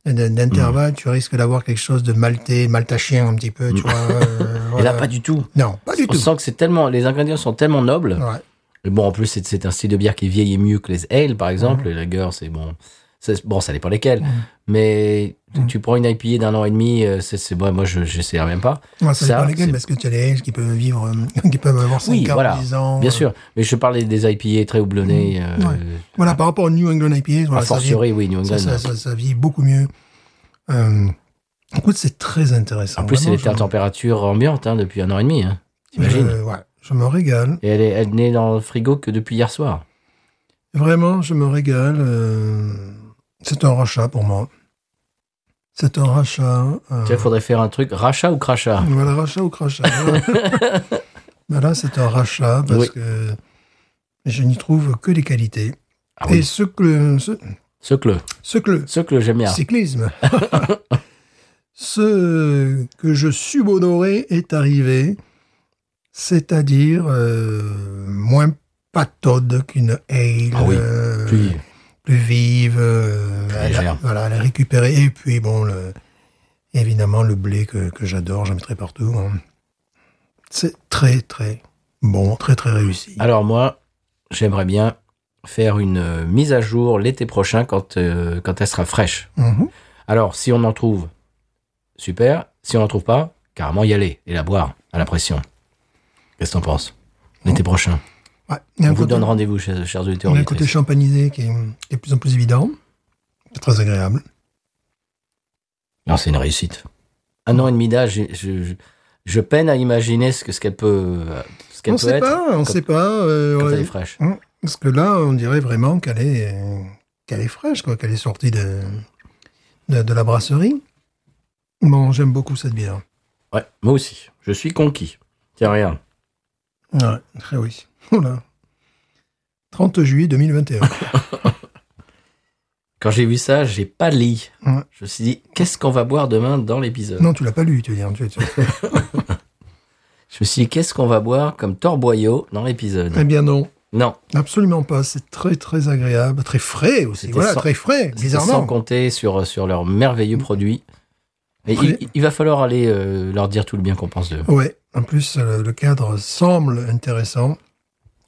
[SPEAKER 2] d- d'intervalle, tu risques d'avoir quelque chose de maltais, maltachien un petit peu, tu vois. euh,
[SPEAKER 1] Et là,
[SPEAKER 2] voilà.
[SPEAKER 1] pas du tout.
[SPEAKER 2] Non, pas du
[SPEAKER 1] On
[SPEAKER 2] tout.
[SPEAKER 1] sent que c'est tellement, les ingrédients sont tellement nobles.
[SPEAKER 2] Ouais.
[SPEAKER 1] Et bon, en plus, c'est c'est un style de bière qui vieillit mieux que les ale, par exemple. Les lagers, c'est bon. c'est- Bon, ça dépend lesquels. Mais tu- tu prends une IPA d'un an et demi, euh, c'est c'est bon. Moi, je j'essaierai même pas.
[SPEAKER 2] Ouais, ça
[SPEAKER 1] Ça,
[SPEAKER 2] dépend lesquels,
[SPEAKER 1] c'est-
[SPEAKER 2] parce que tu as les âges qui peuvent vivre, euh, qui peuvent avoir 5
[SPEAKER 1] Oui,
[SPEAKER 2] ans,
[SPEAKER 1] voilà.
[SPEAKER 2] 10 ans.
[SPEAKER 1] Bien
[SPEAKER 2] euh,
[SPEAKER 1] sûr. Mais je parlais des IPA très houblonnés. Euh,
[SPEAKER 2] Mmh. Ouais. Voilà, par rapport au New England IPA,
[SPEAKER 1] A
[SPEAKER 2] voilà, ça vient-
[SPEAKER 1] fortiori, oui, New
[SPEAKER 2] Ça,
[SPEAKER 1] England.
[SPEAKER 2] ça, ça- ça vit beaucoup mieux. Euh, écoute, c'est très intéressant.
[SPEAKER 1] en plus, elle
[SPEAKER 2] Vraiment,
[SPEAKER 1] était à
[SPEAKER 2] je-
[SPEAKER 1] température ambiante hein, depuis un an et demi. Hein. T'imagines
[SPEAKER 2] je- ouais, je me régale.
[SPEAKER 1] Et elle est, elle n'est dans le frigo que depuis hier soir.
[SPEAKER 2] Vraiment, je me régale. euh, c'est un rachat pour moi. C'est un rachat. euh,
[SPEAKER 1] Tu vois, il faudrait faire un truc rachat ou crachat.
[SPEAKER 2] Voilà, rachat ou crachat. Voilà. Mais là, c'est un rachat parce
[SPEAKER 1] Oui.
[SPEAKER 2] que je n'y trouve que des qualités.
[SPEAKER 1] Ah
[SPEAKER 2] Et
[SPEAKER 1] oui,
[SPEAKER 2] ce que, ce,
[SPEAKER 1] ce que,
[SPEAKER 2] ce que le
[SPEAKER 1] ce que j'aime bien.
[SPEAKER 2] cyclisme, ce que je subodorais est arrivé, c'est-à-dire euh, moins patode qu'une ale,
[SPEAKER 1] Ah oui,
[SPEAKER 2] euh,
[SPEAKER 1] Puis,
[SPEAKER 2] plus vive, euh,
[SPEAKER 1] Plus
[SPEAKER 2] elle a-
[SPEAKER 1] légère.
[SPEAKER 2] voilà, elle a récupéré. Et puis bon, le- évidemment le blé que, que j'adore, j'en mettrai partout. hein. C'est très très bon, très très réussi.
[SPEAKER 1] Alors moi, j'aimerais bien faire une euh, mise à jour l'été prochain quand, euh, quand elle sera fraîche.
[SPEAKER 2] Mhm.
[SPEAKER 1] Alors, si on en trouve, super. Si on n'en trouve pas, carrément y aller et la boire à la pression. Qu'est-ce que t'en penses L'été prochain.
[SPEAKER 2] Ouais. Il y a
[SPEAKER 1] On
[SPEAKER 2] un
[SPEAKER 1] vous
[SPEAKER 2] côté-
[SPEAKER 1] donne rendez-vous, chers, chers
[SPEAKER 2] il
[SPEAKER 1] auditeurs.
[SPEAKER 2] y a un
[SPEAKER 1] auditrices.
[SPEAKER 2] côté champanisé qui est, qui est de plus en plus évident. C'est très agréable.
[SPEAKER 1] Non, c'est une réussite. Un an et demi d'âge, je, je- je- je peine à imaginer ce que ce qu'elle peut, euh, ce qu'elle
[SPEAKER 2] On
[SPEAKER 1] peut
[SPEAKER 2] sait
[SPEAKER 1] être
[SPEAKER 2] pas, on
[SPEAKER 1] quand-
[SPEAKER 2] sait pas. euh,
[SPEAKER 1] quand
[SPEAKER 2] ouais.
[SPEAKER 1] elle est fraîche.
[SPEAKER 2] Parce que là, on dirait vraiment qu'elle est, euh, qu'elle est fraîche, quoi, qu'elle est sortie de, de, de la brasserie. Bon, j'aime beaucoup cette bière.
[SPEAKER 1] Ouais, moi aussi. Je suis conquis. Tiens, regarde.
[SPEAKER 2] Ouais, très Ah oui. Voilà. 30 juillet 2021.
[SPEAKER 1] Ah, Quand j'ai vu ça, j'ai pas lit.
[SPEAKER 2] Ouais.
[SPEAKER 1] Je me suis dit, qu'est-ce qu'on va boire demain dans l'épisode
[SPEAKER 2] non, tu l'as pas lu, tu veux dire. Tu, tu-
[SPEAKER 1] Je me suis dit, qu'est-ce qu'on va boire comme torboyau dans l'épisode
[SPEAKER 2] Eh bien non.
[SPEAKER 1] Non,
[SPEAKER 2] Absolument pas. C'est très, très agréable. Très frais aussi.
[SPEAKER 1] C'était
[SPEAKER 2] Voilà,
[SPEAKER 1] sans-
[SPEAKER 2] très frais,
[SPEAKER 1] c'était sans
[SPEAKER 2] bizarrement. Mm.
[SPEAKER 1] compter sur, sur leurs merveilleux produits. Mais il,
[SPEAKER 2] Oui.
[SPEAKER 1] il va falloir aller euh, leur dire tout le bien qu'on pense d'eux.
[SPEAKER 2] Ouais. En plus, euh, le cadre semble intéressant.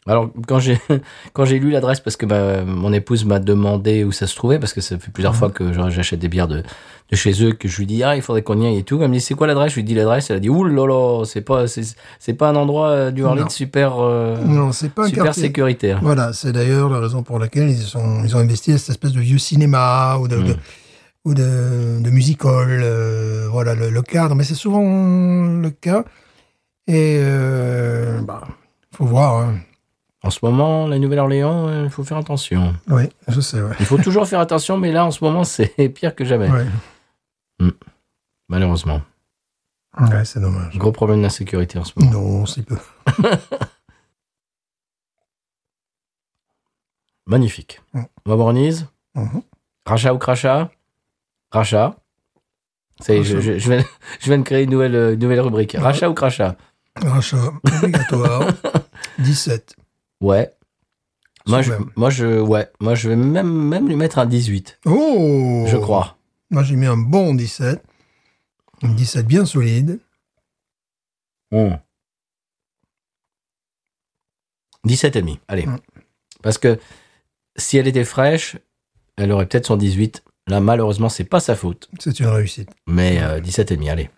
[SPEAKER 1] Alors, quand j'ai, quand j'ai lu l'adresse, parce que ma- mon épouse m'a demandé où ça se trouvait, parce que ça fait
[SPEAKER 2] Mm.
[SPEAKER 1] plusieurs fois que genre, j'achète des bières de, de chez eux, que je lui dis, ah, il faudrait qu'on y aille et tout. Elle me dit, c'est quoi l'adresse Je lui dis l'adresse, elle a dit, ouh là là, c'est pas, c'est, c'est pas un endroit euh, du Harlem
[SPEAKER 2] Non.
[SPEAKER 1] super, euh,
[SPEAKER 2] Non, c'est pas un
[SPEAKER 1] super
[SPEAKER 2] quartier.
[SPEAKER 1] sécuritaire.
[SPEAKER 2] Voilà, c'est d'ailleurs la raison pour laquelle ils, sont, ils ont investi à cette espèce de vieux cinéma ou de,
[SPEAKER 1] Mm.
[SPEAKER 2] de- ou de, de music hall, euh, voilà le, le cadre. Mais c'est souvent le cas. Et euh, bah, faut voir. hein.
[SPEAKER 1] En ce moment, la Nouvelle-Orléans, euh, il faut faire attention.
[SPEAKER 2] Oui, je sais. Ouais.
[SPEAKER 1] Il faut toujours faire attention, mais là, en ce moment, c'est pire que jamais,
[SPEAKER 2] Ouais.
[SPEAKER 1] malheureusement.
[SPEAKER 2] Ouais, c'est dommage.
[SPEAKER 1] Gros problème d'insécurité en ce moment.
[SPEAKER 2] Non, si peu.
[SPEAKER 1] Magnifique.
[SPEAKER 2] Mm.
[SPEAKER 1] On va voir Nice.
[SPEAKER 2] Mhm.
[SPEAKER 1] Rachat ou crachat Rachat. Ça y est, je, je- je viens, je viens de créer une nouvelle, euh, une nouvelle rubrique. Rachat ou crachat
[SPEAKER 2] Rachat obligatoire. 17.
[SPEAKER 1] Ouais. Moi je,
[SPEAKER 2] Sous-même.
[SPEAKER 1] moi, je, ouais. moi, je vais même, même lui mettre un 18,
[SPEAKER 2] Oh
[SPEAKER 1] je crois.
[SPEAKER 2] Moi, j'ai mis un bon 17. Un 17 bien solide.
[SPEAKER 1] 17 et demi, allez.
[SPEAKER 2] Mm.
[SPEAKER 1] Parce que si elle était fraîche, elle aurait peut-être son 18. Là, malheureusement, c'est pas sa faute.
[SPEAKER 2] C'est une réussite.
[SPEAKER 1] Mais euh, 17 et demi, allez.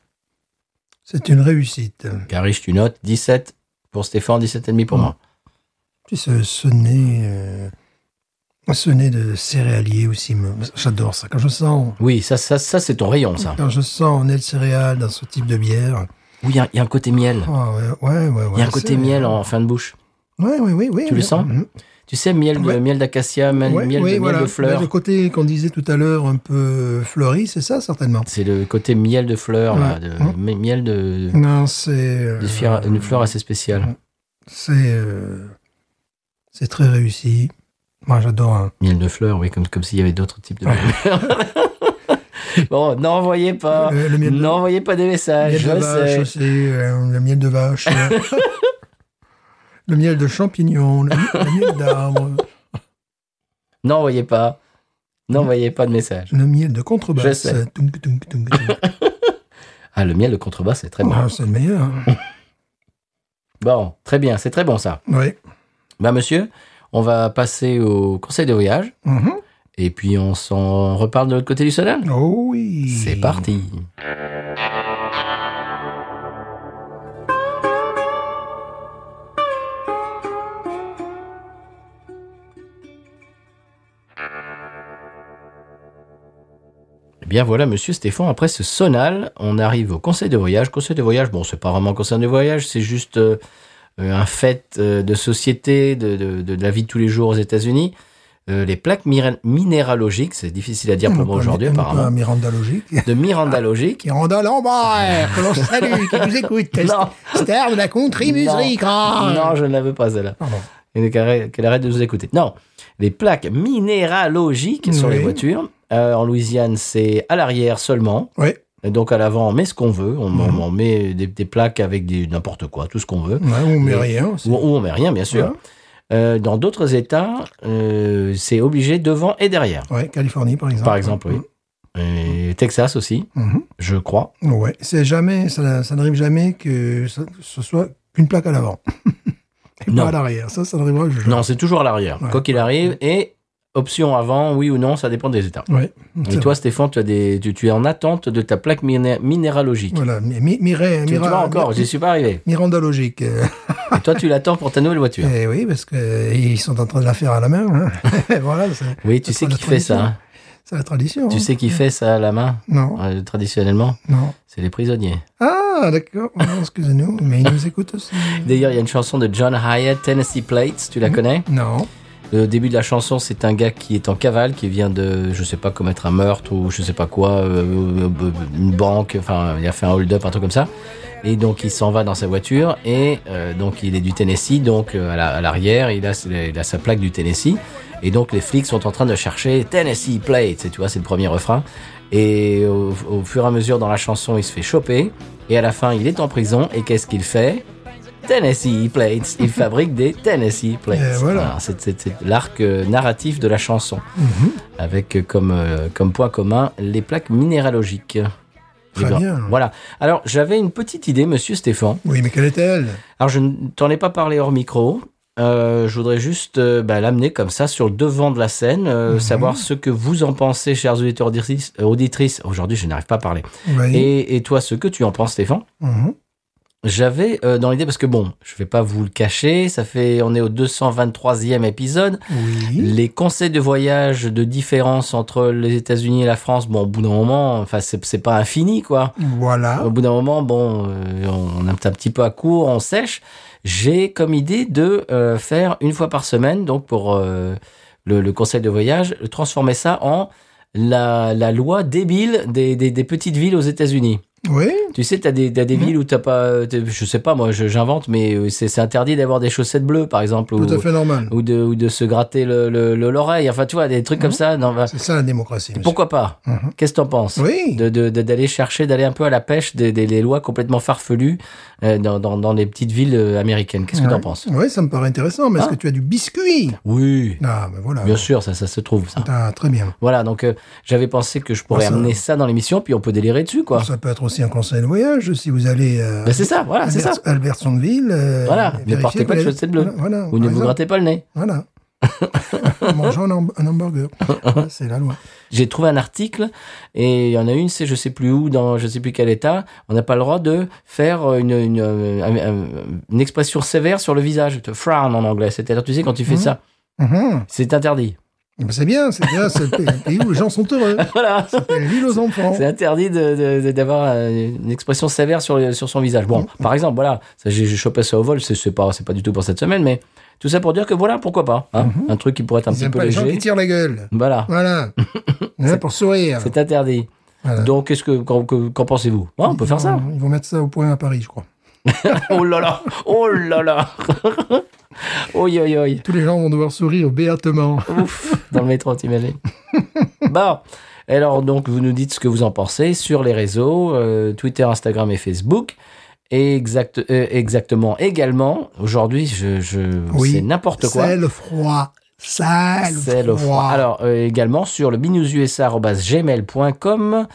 [SPEAKER 2] C'est une réussite.
[SPEAKER 1] Cariche, tu notes 17 pour Stéphane, 17 et demi pour
[SPEAKER 2] Mm.
[SPEAKER 1] moi.
[SPEAKER 2] Puis ce, ce nez, euh, ce nez de céréalier aussi, me- j'adore ça. Quand je sens,
[SPEAKER 1] Oui, ça, ça, ça c'est ton rayon, ça.
[SPEAKER 2] quand je sens un nez de céréales dans ce type de bière,
[SPEAKER 1] Oui, il y, a- il y a un côté miel.
[SPEAKER 2] ah ouais, ouais, ouais, ouais,
[SPEAKER 1] Il y a un
[SPEAKER 2] je
[SPEAKER 1] côté
[SPEAKER 2] sais.
[SPEAKER 1] miel en fin de bouche.
[SPEAKER 2] Ouais, ouais, ouais, ouais,
[SPEAKER 1] Tu le
[SPEAKER 2] ouais.
[SPEAKER 1] sens
[SPEAKER 2] Mhm.
[SPEAKER 1] Tu sais, miel de
[SPEAKER 2] Ouais.
[SPEAKER 1] miel d'acacia, miel,
[SPEAKER 2] Ouais,
[SPEAKER 1] miel,
[SPEAKER 2] ouais,
[SPEAKER 1] de, miel
[SPEAKER 2] voilà.
[SPEAKER 1] de fleur.
[SPEAKER 2] Mais Le côté qu'on disait tout à l'heure, un peu fleuri, c'est ça certainement.
[SPEAKER 1] C'est le côté miel de fleur, là,
[SPEAKER 2] Ouais.
[SPEAKER 1] de-
[SPEAKER 2] Mm.
[SPEAKER 1] mi- miel de,
[SPEAKER 2] Non, c'est euh,
[SPEAKER 1] de fier- une fleur assez spéciale.
[SPEAKER 2] c'est euh, c'est très réussi. Moi, j'adore. hein.
[SPEAKER 1] Miel de fleur, oui, comme, comme s'il y avait d'autres types de Bon, n'envoyez pas.
[SPEAKER 2] Euh, le miel de,
[SPEAKER 1] N'envoyez pas des
[SPEAKER 2] le
[SPEAKER 1] messages,
[SPEAKER 2] miel
[SPEAKER 1] je
[SPEAKER 2] de vache
[SPEAKER 1] sais.
[SPEAKER 2] aussi, euh, le miel de vache, euh, le miel de champignon, le, le miel d'arbre,
[SPEAKER 1] N'envoyez pas. N'envoyez pas de messages.
[SPEAKER 2] le miel de
[SPEAKER 1] Je
[SPEAKER 2] contrebasse.
[SPEAKER 1] sais.
[SPEAKER 2] Tung, tung, tung, tung.
[SPEAKER 1] Ah, le miel de contrebas, c'est très bon.
[SPEAKER 2] Ah, c'est le meilleur. hein.
[SPEAKER 1] Bon, très bien, c'est très bon ça.
[SPEAKER 2] Oui.
[SPEAKER 1] Bah, monsieur, on va passer au conseil de voyage.
[SPEAKER 2] Mhm.
[SPEAKER 1] Et puis on s'en reparle de l'autre côté du soleil.
[SPEAKER 2] Oh oui.
[SPEAKER 1] C'est parti. Eh bien voilà, monsieur Stéphane, après ce sonal, on arrive au conseil de voyage. Conseil de voyage, bon, c'est pas vraiment un conseil de voyage, c'est juste euh, un fait euh, de société, de, de- de la vie de tous les jours aux États-Unis. Euh, les plaques mira- minéralogiques, c'est difficile à dire pour
[SPEAKER 2] Non,
[SPEAKER 1] moi
[SPEAKER 2] pas-
[SPEAKER 1] aujourd'hui
[SPEAKER 2] non, pas
[SPEAKER 1] apparemment
[SPEAKER 2] Miranda Logique.
[SPEAKER 1] de
[SPEAKER 2] Ah.
[SPEAKER 1] Miranda Logique.
[SPEAKER 2] Miranda Lambert, que l'on salue, qui nous écoute.
[SPEAKER 1] Non.
[SPEAKER 2] Star de la country
[SPEAKER 1] Non.
[SPEAKER 2] music. ah.
[SPEAKER 1] Non, je ne l'avais pas, celle-là.
[SPEAKER 2] Pardon.
[SPEAKER 1] Et Qu'elle arrête qu'elle arrête de nous écouter. Non, les plaques minéralogiques sur les
[SPEAKER 2] Oui.
[SPEAKER 1] voitures. Euh, en Louisiane, c'est à l'arrière seulement.
[SPEAKER 2] Oui.
[SPEAKER 1] Et donc à l'avant, on met ce qu'on veut. On,
[SPEAKER 2] Mhm.
[SPEAKER 1] on met des, des plaques avec des- n'importe quoi, tout ce qu'on veut.
[SPEAKER 2] Ouais, on met
[SPEAKER 1] Et-
[SPEAKER 2] rien. c'est-
[SPEAKER 1] Ou, ou on met rien, bien sûr. Euh, dans d'autres États, euh, c'est obligé devant et derrière.
[SPEAKER 2] Ouais, Californie, par exemple.
[SPEAKER 1] Par exemple, oui. Et Texas aussi,
[SPEAKER 2] Mhm.
[SPEAKER 1] je crois.
[SPEAKER 2] Ouais, c'est jamais, ça, ça n'arrive jamais que ça- ce soit qu'une plaque à l'avant. Et
[SPEAKER 1] Non.
[SPEAKER 2] pas à l'arrière. Ça, ça n'arrivera jamais.
[SPEAKER 1] Non, c'est toujours à l'arrière,
[SPEAKER 2] Ouais.
[SPEAKER 1] quoi qu'il arrive. Et option avant, oui ou non, ça dépend des États.
[SPEAKER 2] Ouais.
[SPEAKER 1] Et
[SPEAKER 2] C'est
[SPEAKER 1] toi, Stéphane, tu, as des, tu, tu es en attente de ta plaque miné- minéralogique.
[SPEAKER 2] Voilà, mi mi Mireille-
[SPEAKER 1] Tu, tu
[SPEAKER 2] Mira-
[SPEAKER 1] vois encore, j'y suis pas arrivé.
[SPEAKER 2] Miranda logique. euh,
[SPEAKER 1] Et toi, tu l'attends pour ta nouvelle voiture.
[SPEAKER 2] eh oui, parce que euh, ils sont en train de la faire à la main. hein. voilà, c'est
[SPEAKER 1] Oui, tu sais
[SPEAKER 2] la
[SPEAKER 1] qui fait ça. hein.
[SPEAKER 2] c'est la tradition.
[SPEAKER 1] Tu
[SPEAKER 2] hein.
[SPEAKER 1] sais qui fait ça à la main,
[SPEAKER 2] Non,
[SPEAKER 1] euh, traditionnellement
[SPEAKER 2] non.
[SPEAKER 1] C'est les prisonniers.
[SPEAKER 2] Ah, d'accord. Non, Excusez-nous, mais ils nous écoutent aussi.
[SPEAKER 1] D'ailleurs, il y a une chanson de John Hyatt, Tennessee Plates, tu la
[SPEAKER 2] Mhm.
[SPEAKER 1] connais
[SPEAKER 2] Non.
[SPEAKER 1] Le début de la chanson, c'est un gars qui est en cavale, qui vient de, je sais pas, commettre un meurtre ou je sais pas quoi, euh, euh, euh, une banque, enfin, il a fait un hold-up, un truc comme ça. Et donc, il s'en va dans sa voiture et euh, donc, il est du Tennessee, donc euh, à la- à l'arrière, il, a- il a sa plaque du Tennessee. Et donc, les flics sont en train de chercher Tennessee Plate, et tu vois, c'est le premier refrain. Et au, au fur et à mesure dans la chanson, il se fait choper. Et à la fin, il est en prison. Et qu'est-ce qu'il fait Tennessee Plates. Il fabrique des Tennessee Plates.
[SPEAKER 2] Et voilà.
[SPEAKER 1] c'est c'est- c'est l'arc euh, narratif de la chanson, avec euh, comme, euh, comme point commun les plaques minéralogiques.
[SPEAKER 2] Très
[SPEAKER 1] Les grands-
[SPEAKER 2] bien.
[SPEAKER 1] Voilà. Alors, j'avais une petite idée, monsieur Stéphane.
[SPEAKER 2] Oui, mais quelle est-elle
[SPEAKER 1] Alors, je ne t'en ai pas parlé hors micro. Euh, je voudrais juste euh, bah, l'amener comme ça sur le devant de la scène, euh,
[SPEAKER 2] Mhm.
[SPEAKER 1] savoir ce que vous en pensez, chers auditeurs auditrices. euh, auditrices. Aujourd'hui, je n'arrive pas à parler.
[SPEAKER 2] Oui.
[SPEAKER 1] Et, et toi, ce que tu en penses, Stéphane
[SPEAKER 2] Mhm.
[SPEAKER 1] J'avais euh, dans l'idée parce que bon, je vais pas vous le cacher, ça fait on est au 223e épisode.
[SPEAKER 2] Oui.
[SPEAKER 1] Les conseils de voyage de différence entre les États-Unis et la France, bon, au bout d'un moment, enfin c'est c'est pas infini quoi.
[SPEAKER 2] Voilà.
[SPEAKER 1] Au bout d'un moment, bon, euh, on est un petit peu à court, on sèche. J'ai comme idée de euh, faire une fois par semaine, donc pour euh, le, le conseil de voyage, transformer ça en la, la loi débile des, des, des petites villes aux États-Unis.
[SPEAKER 2] Oui.
[SPEAKER 1] Tu sais, t'as des, t'as des
[SPEAKER 2] Mhm.
[SPEAKER 1] villes où t'as pas, t'es- je sais pas, moi, je- j'invente, mais euh, c'est c'est interdit d'avoir des chaussettes bleues, par exemple, ou,
[SPEAKER 2] Tout à fait normal.
[SPEAKER 1] ou de, ou de se gratter le- le- le- l'oreille. enfin, tu vois, des trucs comme ça. Non, bah,
[SPEAKER 2] C'est ça la démocratie. monsieur.
[SPEAKER 1] pourquoi pas
[SPEAKER 2] Mhm.
[SPEAKER 1] Qu'est-ce que t'en penses
[SPEAKER 2] Oui.
[SPEAKER 1] de de- de- d'aller chercher, d'aller un peu à la pêche des, des- des lois complètement farfelues euh, dans, dans, dans les petites villes euh, américaines. Qu'est-ce que t'en
[SPEAKER 2] Ouais.
[SPEAKER 1] penses
[SPEAKER 2] Oui, ça me paraît intéressant. Mais est-ce
[SPEAKER 1] Hein
[SPEAKER 2] que tu as du biscuit
[SPEAKER 1] Oui,
[SPEAKER 2] Ah, ben voilà.
[SPEAKER 1] bien sûr, ça, ça se trouve. ça.
[SPEAKER 2] Ah, très bien.
[SPEAKER 1] Voilà, donc euh, j'avais pensé que je pourrais
[SPEAKER 2] Ça-
[SPEAKER 1] amener ça dans l'émission, puis on peut délirer dessus, quoi.
[SPEAKER 2] Ça peut être aussi un conseil de voyage si vous allez à
[SPEAKER 1] Ben, Ah. c'est ça, voilà, c'est ça.
[SPEAKER 2] Albert- Albertsonville. euh,
[SPEAKER 1] Voilà, ne
[SPEAKER 2] vérifier
[SPEAKER 1] portez pas
[SPEAKER 2] que
[SPEAKER 1] de
[SPEAKER 2] les-
[SPEAKER 1] chaussettes bleues.
[SPEAKER 2] Voilà.
[SPEAKER 1] Vous ne
[SPEAKER 2] par
[SPEAKER 1] vous
[SPEAKER 2] exemple.
[SPEAKER 1] grattez pas le nez.
[SPEAKER 2] Voilà. Mangeons un, ham- un hamburger. Voilà, c'est la loi.
[SPEAKER 1] J'ai trouvé un article et il y en a une, c'est je sais plus où, dans je sais plus quel état, on n'a pas le droit de faire une, une, une, une expression sévère sur le visage. Te Frown en anglais, c'est-à-dire tu sais quand tu fais
[SPEAKER 2] Mhm.
[SPEAKER 1] ça,
[SPEAKER 2] Mhm.
[SPEAKER 1] c'est interdit.
[SPEAKER 2] Ben, C'est bien, c'est bien, c'est le pays- le pays où les gens sont heureux.
[SPEAKER 1] Voilà,
[SPEAKER 2] C'est l'île aux enfants.
[SPEAKER 1] c'est interdit de- de- de- d'avoir euh, une expression sévère sur, le- sur son visage.
[SPEAKER 2] Mhm.
[SPEAKER 1] Bon, par exemple, voilà, ça, j'ai j'ai chopé ça au vol, c'est c'est pas, c'est pas du tout pour cette semaine, mais tout ça pour dire que voilà, pourquoi pas, hein, un truc qui pourrait être un
[SPEAKER 2] Mhm. Ils
[SPEAKER 1] petit
[SPEAKER 2] aiment
[SPEAKER 1] peu
[SPEAKER 2] pas les gens
[SPEAKER 1] léger.
[SPEAKER 2] qui tirent la gueule.
[SPEAKER 1] Voilà,
[SPEAKER 2] Voilà. Hein, pour sourire.
[SPEAKER 1] c'est interdit.
[SPEAKER 2] Voilà.
[SPEAKER 1] Donc, qu'est-ce que, qu'en que- qu'en pensez-vous Ouais, On peut faire ça.
[SPEAKER 2] Ils vont mettre ça au point à Paris, je crois.
[SPEAKER 1] Oh là là Oh là là Oi oi oi
[SPEAKER 2] Tous les gens vont devoir sourire béatement.
[SPEAKER 1] Ouf Dans le métro, t'imagines Bon Alors, donc, vous nous dites ce que vous en pensez sur les réseaux, euh, Twitter, Instagram et Facebook. Et exact, euh, exactement également, aujourd'hui, je, je,
[SPEAKER 2] Oui.
[SPEAKER 1] c'est n'importe quoi.
[SPEAKER 2] C'est le froid. C'est le
[SPEAKER 1] C'est le froid. Alors, euh, également sur le binoususa.gmail.com,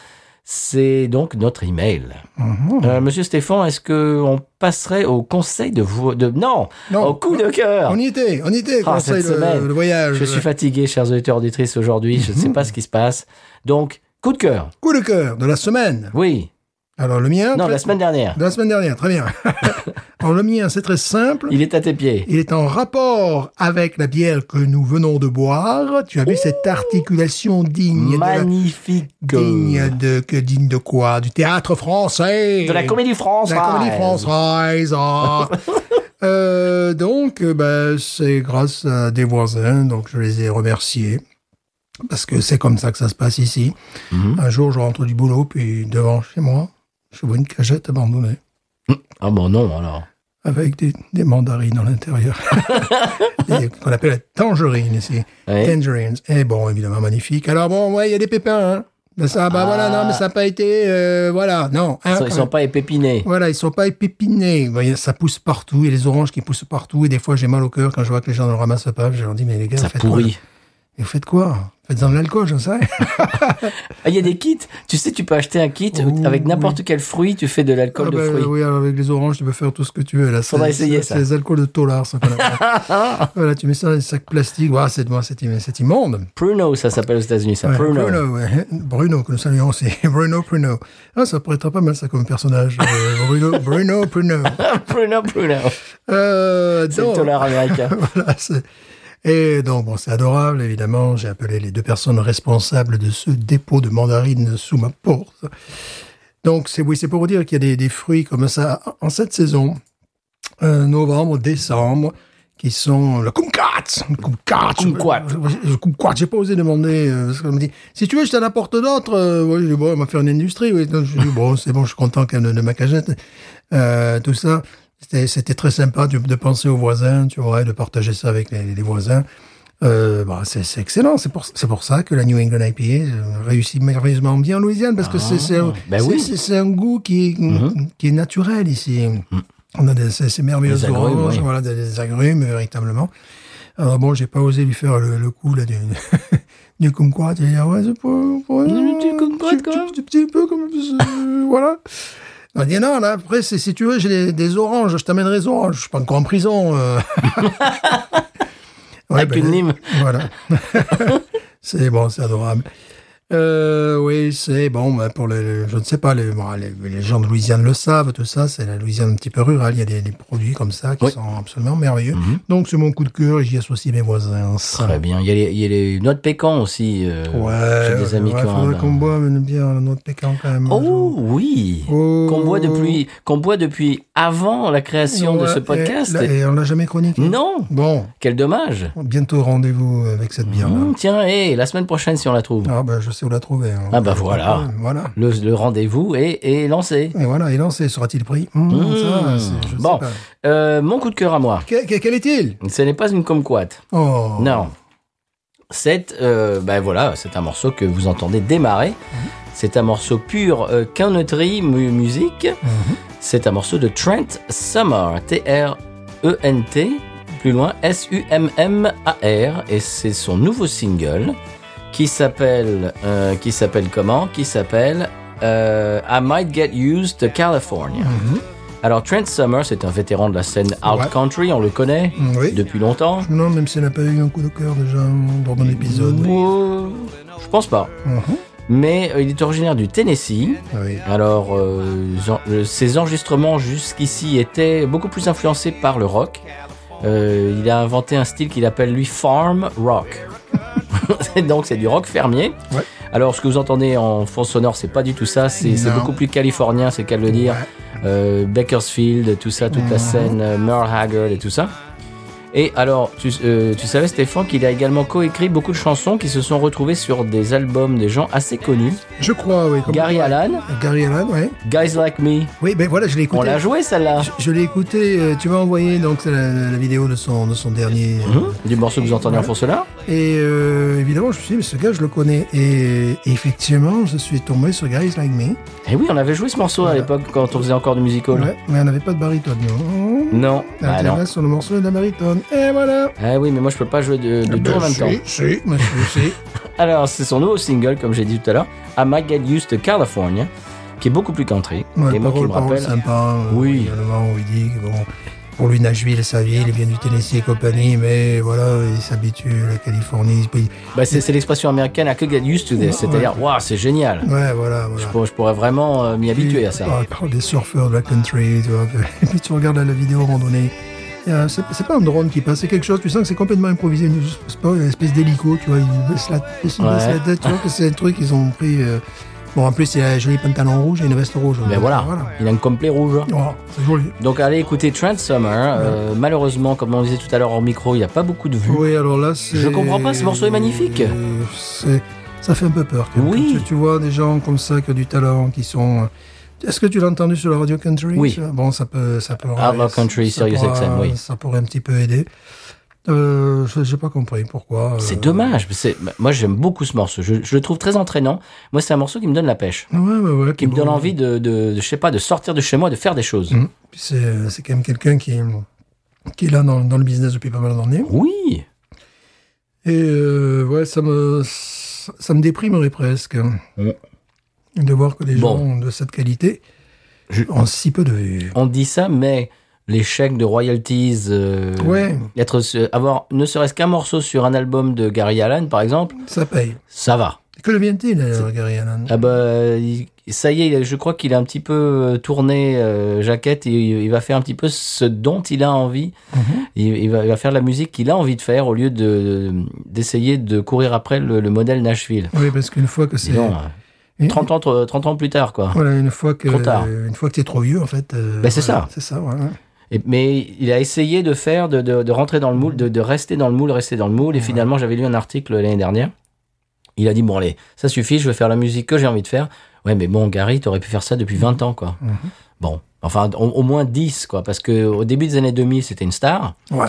[SPEAKER 1] c'est donc notre email.
[SPEAKER 2] Mhm.
[SPEAKER 1] Euh, Monsieur Stéphane, est-ce qu'on passerait au conseil de... vo- de non,
[SPEAKER 2] Non.
[SPEAKER 1] au coup de cœur
[SPEAKER 2] On y était, on y était,
[SPEAKER 1] Ah,
[SPEAKER 2] conseil,
[SPEAKER 1] cette
[SPEAKER 2] le,
[SPEAKER 1] semaine.
[SPEAKER 2] le voyage.
[SPEAKER 1] Je suis fatigué, chers auditeurs auditrices, aujourd'hui. Je ne sais pas ce qui se passe. Donc, coup de cœur.
[SPEAKER 2] Coup de cœur de la semaine.
[SPEAKER 1] Oui.
[SPEAKER 2] Alors le mien
[SPEAKER 1] Non,
[SPEAKER 2] très-
[SPEAKER 1] la semaine dernière.
[SPEAKER 2] de la semaine dernière, très bien. Alors le mien, c'est très simple.
[SPEAKER 1] Il est à tes pieds.
[SPEAKER 2] Il est en rapport avec la bière que nous venons de boire. Tu as vu cette articulation digne de
[SPEAKER 1] Magnifique.
[SPEAKER 2] la- digne de que digne de quoi Du théâtre français.
[SPEAKER 1] De la Comédie France.
[SPEAKER 2] La comédie française. ah. Euh, donc, euh, ben, c'est grâce à des voisins, donc je les ai remerciés. Parce que c'est comme ça que ça se passe ici.
[SPEAKER 1] Mhm.
[SPEAKER 2] Un jour, je rentre du boulot, puis devant chez moi, je vois une cagette abandonnée,
[SPEAKER 1] Ah bon, non, alors.
[SPEAKER 2] avec des, des mandarines à l'intérieur. Et qu'on appelle la tangerine ici.
[SPEAKER 1] Ouais.
[SPEAKER 2] Tangerines. Et bon, évidemment, magnifique. Alors bon, ouais, il y a des pépins, hein. Ben ça, bah
[SPEAKER 1] Ah.
[SPEAKER 2] voilà, non, mais ça n'a pas été, euh, voilà, non.
[SPEAKER 1] Ils
[SPEAKER 2] hein,
[SPEAKER 1] sont,
[SPEAKER 2] quand
[SPEAKER 1] ils
[SPEAKER 2] même.
[SPEAKER 1] sont pas épépinés.
[SPEAKER 2] Voilà, ils sont pas épépinés. Vous voyez, Ça pousse partout. Il y a les oranges qui poussent partout. Et des fois, j'ai mal au cœur quand je vois que les gens ne le ramassent pas. Je leur dis, mais les gars,
[SPEAKER 1] Ça
[SPEAKER 2] faites quoi
[SPEAKER 1] pourrit.
[SPEAKER 2] Et vous faites quoi Faites-en de l'alcool, j'en sais. rien.
[SPEAKER 1] Ah, il y a des kits. Tu sais, tu peux acheter un kit
[SPEAKER 2] Ouh,
[SPEAKER 1] avec n'importe quel fruit. Tu fais de l'alcool
[SPEAKER 2] Oh, Ah
[SPEAKER 1] de
[SPEAKER 2] ben,
[SPEAKER 1] fruits.
[SPEAKER 2] oui, alors avec les oranges, tu peux faire tout ce que tu veux. Là,
[SPEAKER 1] Faudra
[SPEAKER 2] C'est-
[SPEAKER 1] essayer,
[SPEAKER 2] c'est-
[SPEAKER 1] ça.
[SPEAKER 2] C'est les alcools de Tolar, ça qu'on appelle. voilà, tu mets ça dans des sacs plastiques. Ouah, c'est moi, c'est im- c'est immonde.
[SPEAKER 1] Pruno, ça s'appelle aux États-Unis, ça.
[SPEAKER 2] Ouais,
[SPEAKER 1] Pruno.
[SPEAKER 2] ouais. Bruno, que nous saluons aussi. Bruno, Bruno. Ah, ça pourrait être pas mal, ça, comme personnage. Euh, Bruno, Bruno, Bruno.
[SPEAKER 1] Pruno, Pruno.
[SPEAKER 2] Euh,
[SPEAKER 1] C'est le
[SPEAKER 2] donc-
[SPEAKER 1] dollar américain.
[SPEAKER 2] voilà, c'est- Et donc, bon, c'est adorable, évidemment. J'ai appelé les deux personnes responsables de ce dépôt de mandarines sous ma porte. Donc, c'est oui, c'est pour vous dire qu'il y a des, des fruits comme ça en cette saison, euh, novembre, décembre, qui sont le kumquat. Le kumquat.
[SPEAKER 1] Kumquat.
[SPEAKER 2] Je- je- kumquat. J'ai pas osé demander. euh, parce qu'on me dit, si tu veux, je t'en apporte d'autres. Euh, ouais, je dis, bon, on va faire une industrie. Oui. Donc, je dis, bon, c'est bon, je suis content qu'elle ne, ne m'acajette. Euh, tout ça. C'était c'était très sympa de, de penser aux voisins, tu vois, et de partager ça avec les, les voisins. Euh, bah, c'est c'est excellent. C'est pour, c'est pour ça que la New England IPA euh, réussit merveilleusement bien en Louisiane, parce que c'est- c'est un-
[SPEAKER 1] ben
[SPEAKER 2] c'est-
[SPEAKER 1] oui.
[SPEAKER 2] c'est- c'est un goût qui, est- qui est naturel ici. On a des, ces, ces merveilleuses
[SPEAKER 1] Des agrumes,
[SPEAKER 2] oranges,
[SPEAKER 1] oui.
[SPEAKER 2] voilà, des, des agrumes, véritablement. Alors bon, j'ai pas osé lui faire le, le coup là, du, du kumquat. Il a dit, ah ouais, c'est pas... pas-
[SPEAKER 1] Du petit kumquat,
[SPEAKER 2] petit-
[SPEAKER 1] quand même.
[SPEAKER 2] petit- petit peu comme... euh, voilà. Il a dit, non, là, après, c'est- si tu veux, j'ai des, des oranges, je t'amènerai des oranges. Je suis pas encore en prison. euh. Ouais,
[SPEAKER 1] Avec
[SPEAKER 2] ben,
[SPEAKER 1] une lime.
[SPEAKER 2] voilà. c'est bon, c'est adorable. Euh, oui, c'est bon, ben, pour les, je ne sais pas, les, bon, les, les gens de Louisiane le savent, tout ça, c'est la Louisiane un petit peu rurale, il y a des, des produits comme ça qui
[SPEAKER 1] Oui. Mhm.
[SPEAKER 2] sont absolument merveilleux. Donc c'est mon coup de cœur et j'y associe mes voisins.
[SPEAKER 1] Très bien. Il y a les, il y a les noix de pécan aussi. euh,
[SPEAKER 2] Ouais,
[SPEAKER 1] J'ai des amis
[SPEAKER 2] ouais,
[SPEAKER 1] qui ont
[SPEAKER 2] faudrait
[SPEAKER 1] un-
[SPEAKER 2] qu'on boive une bière à la noix de pécan quand même.
[SPEAKER 1] Oh oui
[SPEAKER 2] Oh.
[SPEAKER 1] Qu'on boit depuis qu'on boit depuis avant la création de
[SPEAKER 2] Ouais,
[SPEAKER 1] ce
[SPEAKER 2] et-
[SPEAKER 1] podcast.
[SPEAKER 2] là, Et, on l'a jamais chroniqué.
[SPEAKER 1] Non
[SPEAKER 2] Bon,
[SPEAKER 1] Quel dommage
[SPEAKER 2] bientôt rendez-vous avec cette bière.
[SPEAKER 1] Hum, Tiens, hé, la semaine prochaine si on la trouve.
[SPEAKER 2] Ah ben je sais où la trouver. hein.
[SPEAKER 1] Ah, bah, voilà.
[SPEAKER 2] Voilà.
[SPEAKER 1] Le, le rendez-vous est, est lancé.
[SPEAKER 2] Et voilà, et lancé, sera-t-il pris Mmh, ça, c'est- je sais
[SPEAKER 1] Bon,
[SPEAKER 2] pas.
[SPEAKER 1] Euh, mon coup de cœur à moi.
[SPEAKER 2] Que- que- quel est-il
[SPEAKER 1] Ce n'est pas une kumquat.
[SPEAKER 2] Oh
[SPEAKER 1] Non. C'est euh, ben voilà, c'est un morceau que vous entendez démarrer.
[SPEAKER 2] Mhm.
[SPEAKER 1] C'est un morceau pur euh, country mu- musique.
[SPEAKER 2] Mhm.
[SPEAKER 1] C'est un morceau de Trent Summer, T R E N T plus loin S U M M A R et c'est son nouveau single qui s'appelle euh, qui s'appelle comment Qui s'appelle euh, I Might Get Used to California. Alors Trent Summer, c'est un vétéran de la scène out
[SPEAKER 2] Mhm. Ouais.
[SPEAKER 1] country, on le connaît
[SPEAKER 2] Mm, Oui.
[SPEAKER 1] depuis longtemps.
[SPEAKER 2] Non, même si elle n'a pas eu un coup de cœur déjà dans mon épisode.
[SPEAKER 1] Euh, Je pense pas.
[SPEAKER 2] Mhm.
[SPEAKER 1] Mais euh, il est originaire du Tennessee.
[SPEAKER 2] Oui.
[SPEAKER 1] Alors, euh, en- euh, ses enregistrements jusqu'ici étaient beaucoup plus influencés par le rock. Euh, il a inventé un style qu'il appelle lui farm rock. Et Donc c'est du rock fermier.
[SPEAKER 2] Ouais.
[SPEAKER 1] Alors ce que vous entendez en fond sonore, c'est pas du tout ça. C'est c'est
[SPEAKER 2] Non.
[SPEAKER 1] beaucoup plus californien, c'est le cas de le dire. Euh, Bakersfield, tout ça,
[SPEAKER 2] Ah.
[SPEAKER 1] toute la scène euh, Merle Haggard et tout ça. Et alors, tu, euh, tu savais Stéphane qu'il a également coécrit beaucoup de chansons qui se sont retrouvées sur des albums des gens assez connus.
[SPEAKER 2] Je crois, oui. comme-
[SPEAKER 1] Gary Allan,
[SPEAKER 2] Gary Allan, oui.
[SPEAKER 1] Guys Like Me.
[SPEAKER 2] Oui, ben voilà, je l'ai écouté.
[SPEAKER 1] On l'a joué celle-là.
[SPEAKER 2] Je, je l'ai écouté, euh, tu m'as envoyé donc la, la vidéo de son, de son dernier. euh,
[SPEAKER 1] Mhm. Du morceau que vous entendez en fond sonore.
[SPEAKER 2] Et euh, évidemment, je me suis dit, mais ce gars, je le connais. Et effectivement, je suis tombé sur Guys Like Me.
[SPEAKER 1] Et Eh oui, on avait joué ce morceau à l'époque quand on faisait encore du musical.
[SPEAKER 2] Ouais, mais on n'avait pas de baritone, non
[SPEAKER 1] Non,
[SPEAKER 2] Elle
[SPEAKER 1] bah
[SPEAKER 2] était
[SPEAKER 1] non.
[SPEAKER 2] là sur le morceau de la baritone. Et voilà
[SPEAKER 1] Ah oui, mais moi je peux pas jouer de, de tout en même
[SPEAKER 2] Ah, bah, si,
[SPEAKER 1] temps.
[SPEAKER 2] Si, monsieur, si.
[SPEAKER 1] Alors, c'est son nouveau single, comme j'ai dit tout à l'heure, I Might Get Used to California, qui est beaucoup plus country.
[SPEAKER 2] Ouais,
[SPEAKER 1] et moi qui me
[SPEAKER 2] parole, parole
[SPEAKER 1] rappelle.
[SPEAKER 2] sympa. euh,
[SPEAKER 1] Oui.
[SPEAKER 2] également, où il dit que bon, pour lui, Nashville et sa ville, il vient du Tennessee et compagnie, mais voilà, il s'habitue à la Californie. puis-
[SPEAKER 1] Bah, c'est c'est l'expression américaine, I could get used to this. C'est-à-dire, waouh, c'est génial.
[SPEAKER 2] Ouais, voilà, voilà.
[SPEAKER 1] Je, pour- je pourrais vraiment euh, m'y habituer à
[SPEAKER 2] Ah,
[SPEAKER 1] ça.
[SPEAKER 2] il parle des surfeurs de la country, tu vois. Et puis tu regardes la, la vidéo randonnée. Il y a- C'est c'est pas un drone qui passe, c'est quelque chose, tu sens que c'est complètement improvisé, une- c'est pas une espèce d'hélico, tu vois, ils baissent la, ils baissent
[SPEAKER 1] Ouais.
[SPEAKER 2] la tête, tu vois que c'est un truc qu'ils ont pris. euh, Bon, en plus, il a un joli pantalon rouge et une veste rouge.
[SPEAKER 1] Mais
[SPEAKER 2] Donc,
[SPEAKER 1] Ben voilà, il a une complet rouge.
[SPEAKER 2] Oh, c'est joli.
[SPEAKER 1] Donc allez écouter Trent Summer. Euh, Malheureusement, comme on disait tout à l'heure en micro, il n'y a pas beaucoup de vues.
[SPEAKER 2] Oui, alors là, c'est.
[SPEAKER 1] Je comprends pas, ce morceau est magnifique.
[SPEAKER 2] C'est- Ça fait un peu peur. quand-
[SPEAKER 1] Oui.
[SPEAKER 2] quand Tu, tu vois des gens comme ça qui ont du talent, qui sont. euh, Est-ce que tu l'as entendu sur la radio country
[SPEAKER 1] Oui.
[SPEAKER 2] ça Bon, ça peut, ça peut.
[SPEAKER 1] Hard Rock Country,
[SPEAKER 2] ça
[SPEAKER 1] Sirius
[SPEAKER 2] pourra-
[SPEAKER 1] XM, oui.
[SPEAKER 2] Ça pourrait un petit peu aider. Euh, je- J'ai pas compris pourquoi. euh,
[SPEAKER 1] C'est dommage. c'est- Moi, j'aime beaucoup ce morceau. Je, je le trouve très entraînant. Moi, c'est un morceau qui me donne la pêche.
[SPEAKER 2] Ouais, ouais, ouais.
[SPEAKER 1] Qui me donne envie de, de, de- je sais pas, de sortir de chez moi, de faire des choses.
[SPEAKER 2] Mmh. Puis C'est c'est quand même quelqu'un qui, qui est là dans, dans le business depuis pas mal d'années.
[SPEAKER 1] Oui.
[SPEAKER 2] Et euh, ouais, ça me, ça me déprimerait presque. hein,
[SPEAKER 1] Ouais.
[SPEAKER 2] De voir que les
[SPEAKER 1] Bon.
[SPEAKER 2] gens de cette qualité
[SPEAKER 1] Je-
[SPEAKER 2] ont si peu de vues.
[SPEAKER 1] On dit ça, mais les chèques de royalties, euh,
[SPEAKER 2] Ouais.
[SPEAKER 1] être, euh, avoir ne serait-ce qu'un morceau sur un album de Gary Allen, par exemple,
[SPEAKER 2] Ça paye.
[SPEAKER 1] ça va.
[SPEAKER 2] Que devient-il, alors, Gary Allen
[SPEAKER 1] Ah bah, il- ça y est, je crois qu'il a un petit peu euh, tourné euh, jaquette et il il va faire un petit peu ce dont il a envie. il, il va, il va faire la musique qu'il a envie de faire au lieu de d'essayer de courir après le, le modèle Nashville.
[SPEAKER 2] Oui, parce qu'une fois que c'est.
[SPEAKER 1] Dis donc,
[SPEAKER 2] une-
[SPEAKER 1] 30 ans, 30 ans plus tard, quoi.
[SPEAKER 2] Voilà, une fois que.
[SPEAKER 1] Trop tard.
[SPEAKER 2] Une fois que t'es trop vieux, en fait. euh,
[SPEAKER 1] Ben, c'est
[SPEAKER 2] voilà,
[SPEAKER 1] ça.
[SPEAKER 2] C'est ça, voilà.
[SPEAKER 1] Et- mais il a essayé de faire, de, de- de rentrer dans le moule, de, de rester dans le moule, rester dans le moule. Et finalement, j'avais lu un article l'année dernière. Il a dit, bon, allez, ça suffit, je vais faire la musique que j'ai envie de faire. Ouais, mais bon, Gary, t'aurais pu faire ça depuis 20 ans, quoi.
[SPEAKER 2] Mhm.
[SPEAKER 1] Bon, enfin, au, au moins 10, quoi. Parce que au début des années 2000, c'était une star.
[SPEAKER 2] Ouais.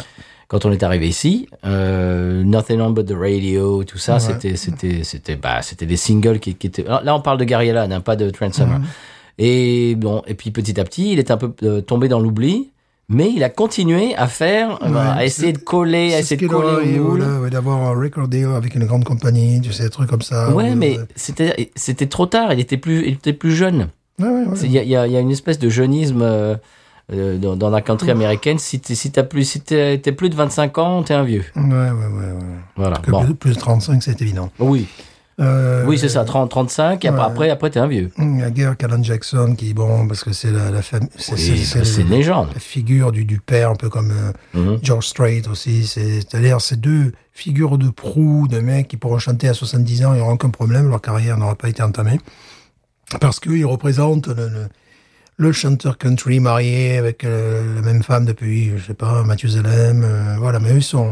[SPEAKER 1] Quand on est arrivé ici, euh, Nothing on But the Radio, tout ça,
[SPEAKER 2] Ouais.
[SPEAKER 1] c'était, c'était, c'était, bah, c'était des singles qui, qui étaient. Alors, là, on parle de Gary Allen, hein, pas de Trent Summer. Et bon, et puis petit à petit, il est un peu euh, tombé dans l'oubli. mais il a continué à faire, euh, à
[SPEAKER 2] Ouais,
[SPEAKER 1] essayer de
[SPEAKER 2] c'est-
[SPEAKER 1] coller, à
[SPEAKER 2] C'est ce
[SPEAKER 1] essayer de
[SPEAKER 2] qu'il
[SPEAKER 1] coller
[SPEAKER 2] aurait,
[SPEAKER 1] au moule.
[SPEAKER 2] voilà, ouais, d'avoir un record deal avec une grande compagnie, tu sais, des trucs comme ça.
[SPEAKER 1] Ouais,
[SPEAKER 2] ou- euh,
[SPEAKER 1] mais c'était c'était trop tard. Il était plus il était plus jeune.
[SPEAKER 2] Ouais, ouais, ouais.
[SPEAKER 1] C'est- Il y, a, il y a- il y a une espèce de jeunisme euh, euh, dans, dans la country américaine. Si t'es si t'as plus si t'es t'es plus de 25 ans, t'es un vieux.
[SPEAKER 2] Ouais, ouais, ouais, ouais.
[SPEAKER 1] Voilà.
[SPEAKER 2] Que
[SPEAKER 1] Bon.
[SPEAKER 2] plus, plus de 35, c'est évident.
[SPEAKER 1] Oui,
[SPEAKER 2] Euh,
[SPEAKER 1] oui, c'est ça. 30, 35. Et après,
[SPEAKER 2] ouais.
[SPEAKER 1] après, après, t'es un vieux.
[SPEAKER 2] Hmm, Il y a Gare Alan Jackson qui, bon, parce que c'est la, la famille. C'est c'est-
[SPEAKER 1] Oui, bah,
[SPEAKER 2] c'est
[SPEAKER 1] C'est une
[SPEAKER 2] la-
[SPEAKER 1] légende.
[SPEAKER 2] la figure du, du père, un peu comme euh,
[SPEAKER 1] Mhm.
[SPEAKER 2] George Strait aussi. C'est- C'est-à-dire, ces deux figures de proue de mecs qui pourront chanter à 70 ans, ils n'auront aucun problème, leur carrière n'aura pas été entamée. Parce qu'ils représentent le, le, le chanteur country marié avec euh, la même femme depuis, je sais pas, Mathieu Zellem. euh, voilà, mais eux, ils sont.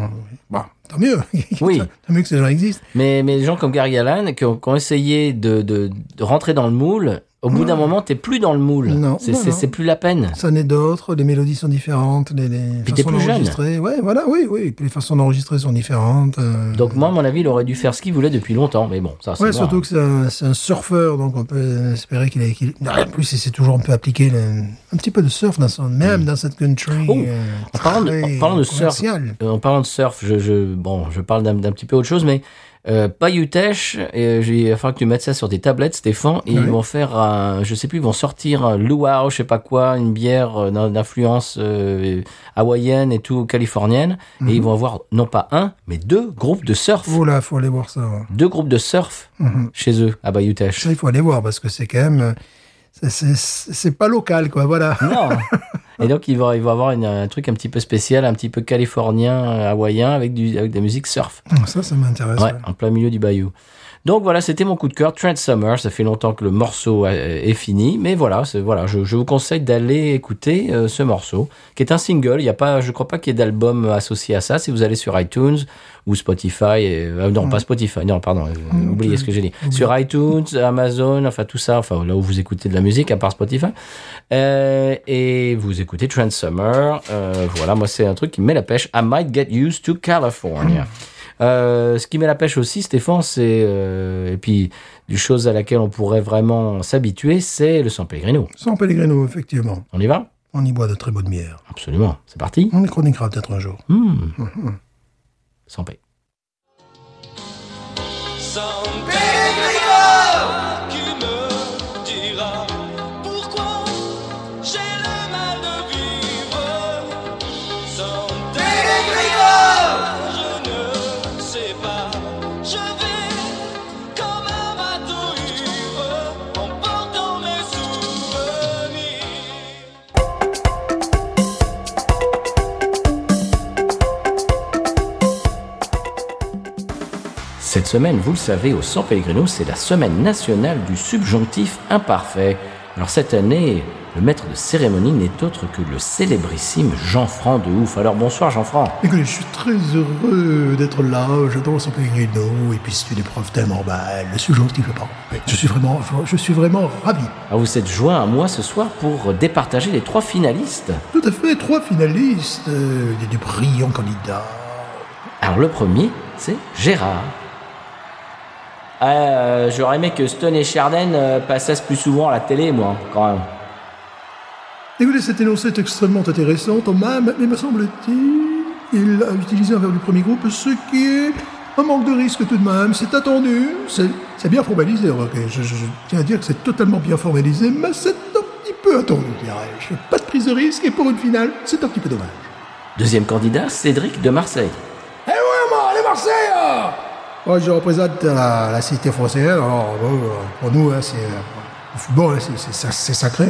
[SPEAKER 2] Bon, tant mieux.
[SPEAKER 1] Oui.
[SPEAKER 2] tant mieux que ces gens existent.
[SPEAKER 1] Mais, mais les gens comme Gary Allen qui ont, qui ont essayé de, de, de rentrer dans le moule, au bout d'un moment, t'es plus dans le moule.
[SPEAKER 2] Non,
[SPEAKER 1] C'est-
[SPEAKER 2] non,
[SPEAKER 1] C'est
[SPEAKER 2] non.
[SPEAKER 1] c'est plus la peine.
[SPEAKER 2] Ça n'est d'autres, les mélodies sont différentes, les, les
[SPEAKER 1] Puis t'es
[SPEAKER 2] façons
[SPEAKER 1] plus jeune.
[SPEAKER 2] d'enregistrer. Ouais, voilà, oui, oui. puis Les façons d'enregistrer sont différentes. euh,
[SPEAKER 1] Donc moi, à mon avis, il aurait dû faire ce qu'il voulait depuis longtemps. Mais bon, ça c'est
[SPEAKER 2] Ouais,
[SPEAKER 1] moi. hein.
[SPEAKER 2] surtout que c'est un, c'est un surfeur, donc on peut espérer qu'il est. qu'il- En plus, c'est toujours un peu appliqué le- un petit peu de surf dans son. Même dans cette country.
[SPEAKER 1] Hmm.
[SPEAKER 2] euh,
[SPEAKER 1] Oh, en parlant de- en parlant de surf.
[SPEAKER 2] commerciale.
[SPEAKER 1] Euh, En parlant de surf, je, je- bon, je parle d'un d'un petit peu autre chose, mais euh, Payutech, euh, j'ai- il va falloir que tu mettes ça sur des tablettes, Stéphane, et ils
[SPEAKER 2] Ouais.
[SPEAKER 1] vont faire un, je sais plus, ils vont sortir un luau, je sais pas quoi, une bière euh, d'in- d'influence euh, hawaïenne et tout, californienne,
[SPEAKER 2] Mhm.
[SPEAKER 1] et ils vont avoir non pas un, mais deux groupes de surf.
[SPEAKER 2] Voilà, Oh faut aller voir ça. ouais.
[SPEAKER 1] Deux groupes de surf
[SPEAKER 2] Mhm.
[SPEAKER 1] chez eux, à Bayutech.
[SPEAKER 2] Ça, il faut aller voir parce que c'est quand même. euh, c'est- c'est- C'est pas local, quoi, voilà.
[SPEAKER 1] Non Et donc, ils vont, ils vont avoir une- un truc un petit peu spécial, un petit peu californien, euh, hawaïen, avec, du, avec des musiques surf.
[SPEAKER 2] Ça, ça m'intéresse.
[SPEAKER 1] Hmm. Ouais,
[SPEAKER 2] ouais.
[SPEAKER 1] en plein milieu du bayou. Donc voilà, c'était mon coup de cœur. Trent Summer, ça fait longtemps que le morceau euh, est fini, mais voilà, c'est- voilà, je, je vous conseille d'aller écouter euh, ce morceau, qui est un single. Il y a pas, je crois pas qu'il y ait d'album associé à ça. Si vous allez sur iTunes ou Spotify, et- euh, non pas Spotify, non pardon, euh,
[SPEAKER 2] Mm,
[SPEAKER 1] oubliez
[SPEAKER 2] ok.
[SPEAKER 1] ce que j'ai dit.
[SPEAKER 2] Oublie.
[SPEAKER 1] Sur iTunes, Amazon, enfin tout ça, enfin là où vous écoutez de la musique à part Spotify, Euh, et vous écoutez Trent Summer. Euh, voilà, moi c'est un truc qui me met la pêche. I might get used to California. Euh, ce qui met la pêche aussi, Stéphane, c'est euh, et puis du chose à laquelle on pourrait vraiment s'habituer, c'est le San Pellegrino.
[SPEAKER 2] San Pellegrino, effectivement.
[SPEAKER 1] On y va
[SPEAKER 2] On y boit de très bonnes bières.
[SPEAKER 1] Absolument. C'est parti.
[SPEAKER 2] On les chroniquera peut-être un jour.
[SPEAKER 1] Hmm. San Pellegrino.
[SPEAKER 3] San Pellegrino Qui me dira pourquoi j'ai le mal de vivre San Pellegrino Je ne sais pas, je vais comme un bateau ivre En portant mes souvenirs
[SPEAKER 1] Cette semaine, vous le savez, au San Pellegrino, c'est la semaine nationale du subjonctif imparfait. Alors cette année, le maître de cérémonie n'est autre que le célébrissime Jean-Franc de Ouf. Alors bonsoir Jean-Franc.
[SPEAKER 2] Écoutez, je suis très heureux d'être là, j'adore San Pellegrino, et puis c'est une épreuve tellement belle, le subjonctif est parfait. Je suis vraiment, je suis vraiment ravi.
[SPEAKER 1] Alors Ah, vous êtes joint à moi ce soir pour départager les trois finalistes.
[SPEAKER 2] Tout à fait, trois finalistes, euh, des, des brillants candidats.
[SPEAKER 1] Alors le premier, c'est Gérard. Euh, J'aurais aimé que Stone et Charden euh, passassent plus souvent à la télé, moi, quand même.
[SPEAKER 2] Écoutez, cet énoncé est extrêmement intéressant, Thomas, mais mais me semble-t-il, il a utilisé envers le premier groupe ce qui est un manque de risque tout de même, c'est attendu, c'est c'est bien formalisé, remarquez. Je, je- je tiens à dire que c'est totalement bien formalisé, mais c'est un petit peu attendu, dirais-je. Pas de prise de risque, et pour une finale, c'est un petit peu dommage.
[SPEAKER 1] Deuxième candidat, Cédric de Marseille.
[SPEAKER 2] Eh ouais, moi, les Marseillais hein Moi, je représente la, la cité française. Alors, bon, euh, pour nous, hein, c'est. euh, Le football, hein, c'est- c'est ça- c'est sacré.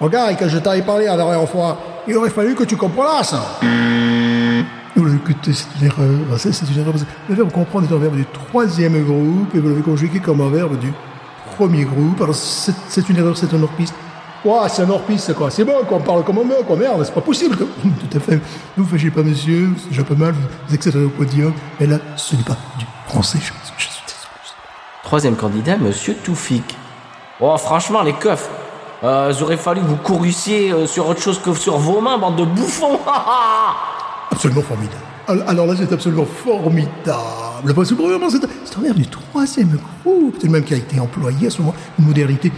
[SPEAKER 2] Regarde, quand je t'avais parlé la dernière fois, il aurait fallu que tu comprenasses. hein. Vous l'avez écouté, c'est une erreur. Ah, C'est c'est une erreur. parce que Le verbe comprendre est un verbe du troisième groupe et vous l'avez conjugué comme un verbe du premier groupe. Alors c'est c'est une erreur, c'est un hors-piste. Ouah, c'est un hors-piste, quoi. C'est bon, quoi. On parle comme on veut, quoi. Merde, c'est pas possible. quoi. Tout à fait. Ne vous fâchez pas, monsieur. J'ai un peu mal. Vous accéderez au podium. Mais là, ce n'est pas du français. Je, je- je-
[SPEAKER 1] Troisième candidat, Monsieur Toufik. Oh, franchement, les keufs, euh, il aurait fallu que vous courissiez euh, sur autre chose que sur vos mains, bande de bouffons.
[SPEAKER 2] Absolument formidable. Al- Alors là, c'est absolument formidable. Parce que premièrement, c'est c'est un verbe du troisième groupe. C'est le même qui a été employé à ce moment, une modernité.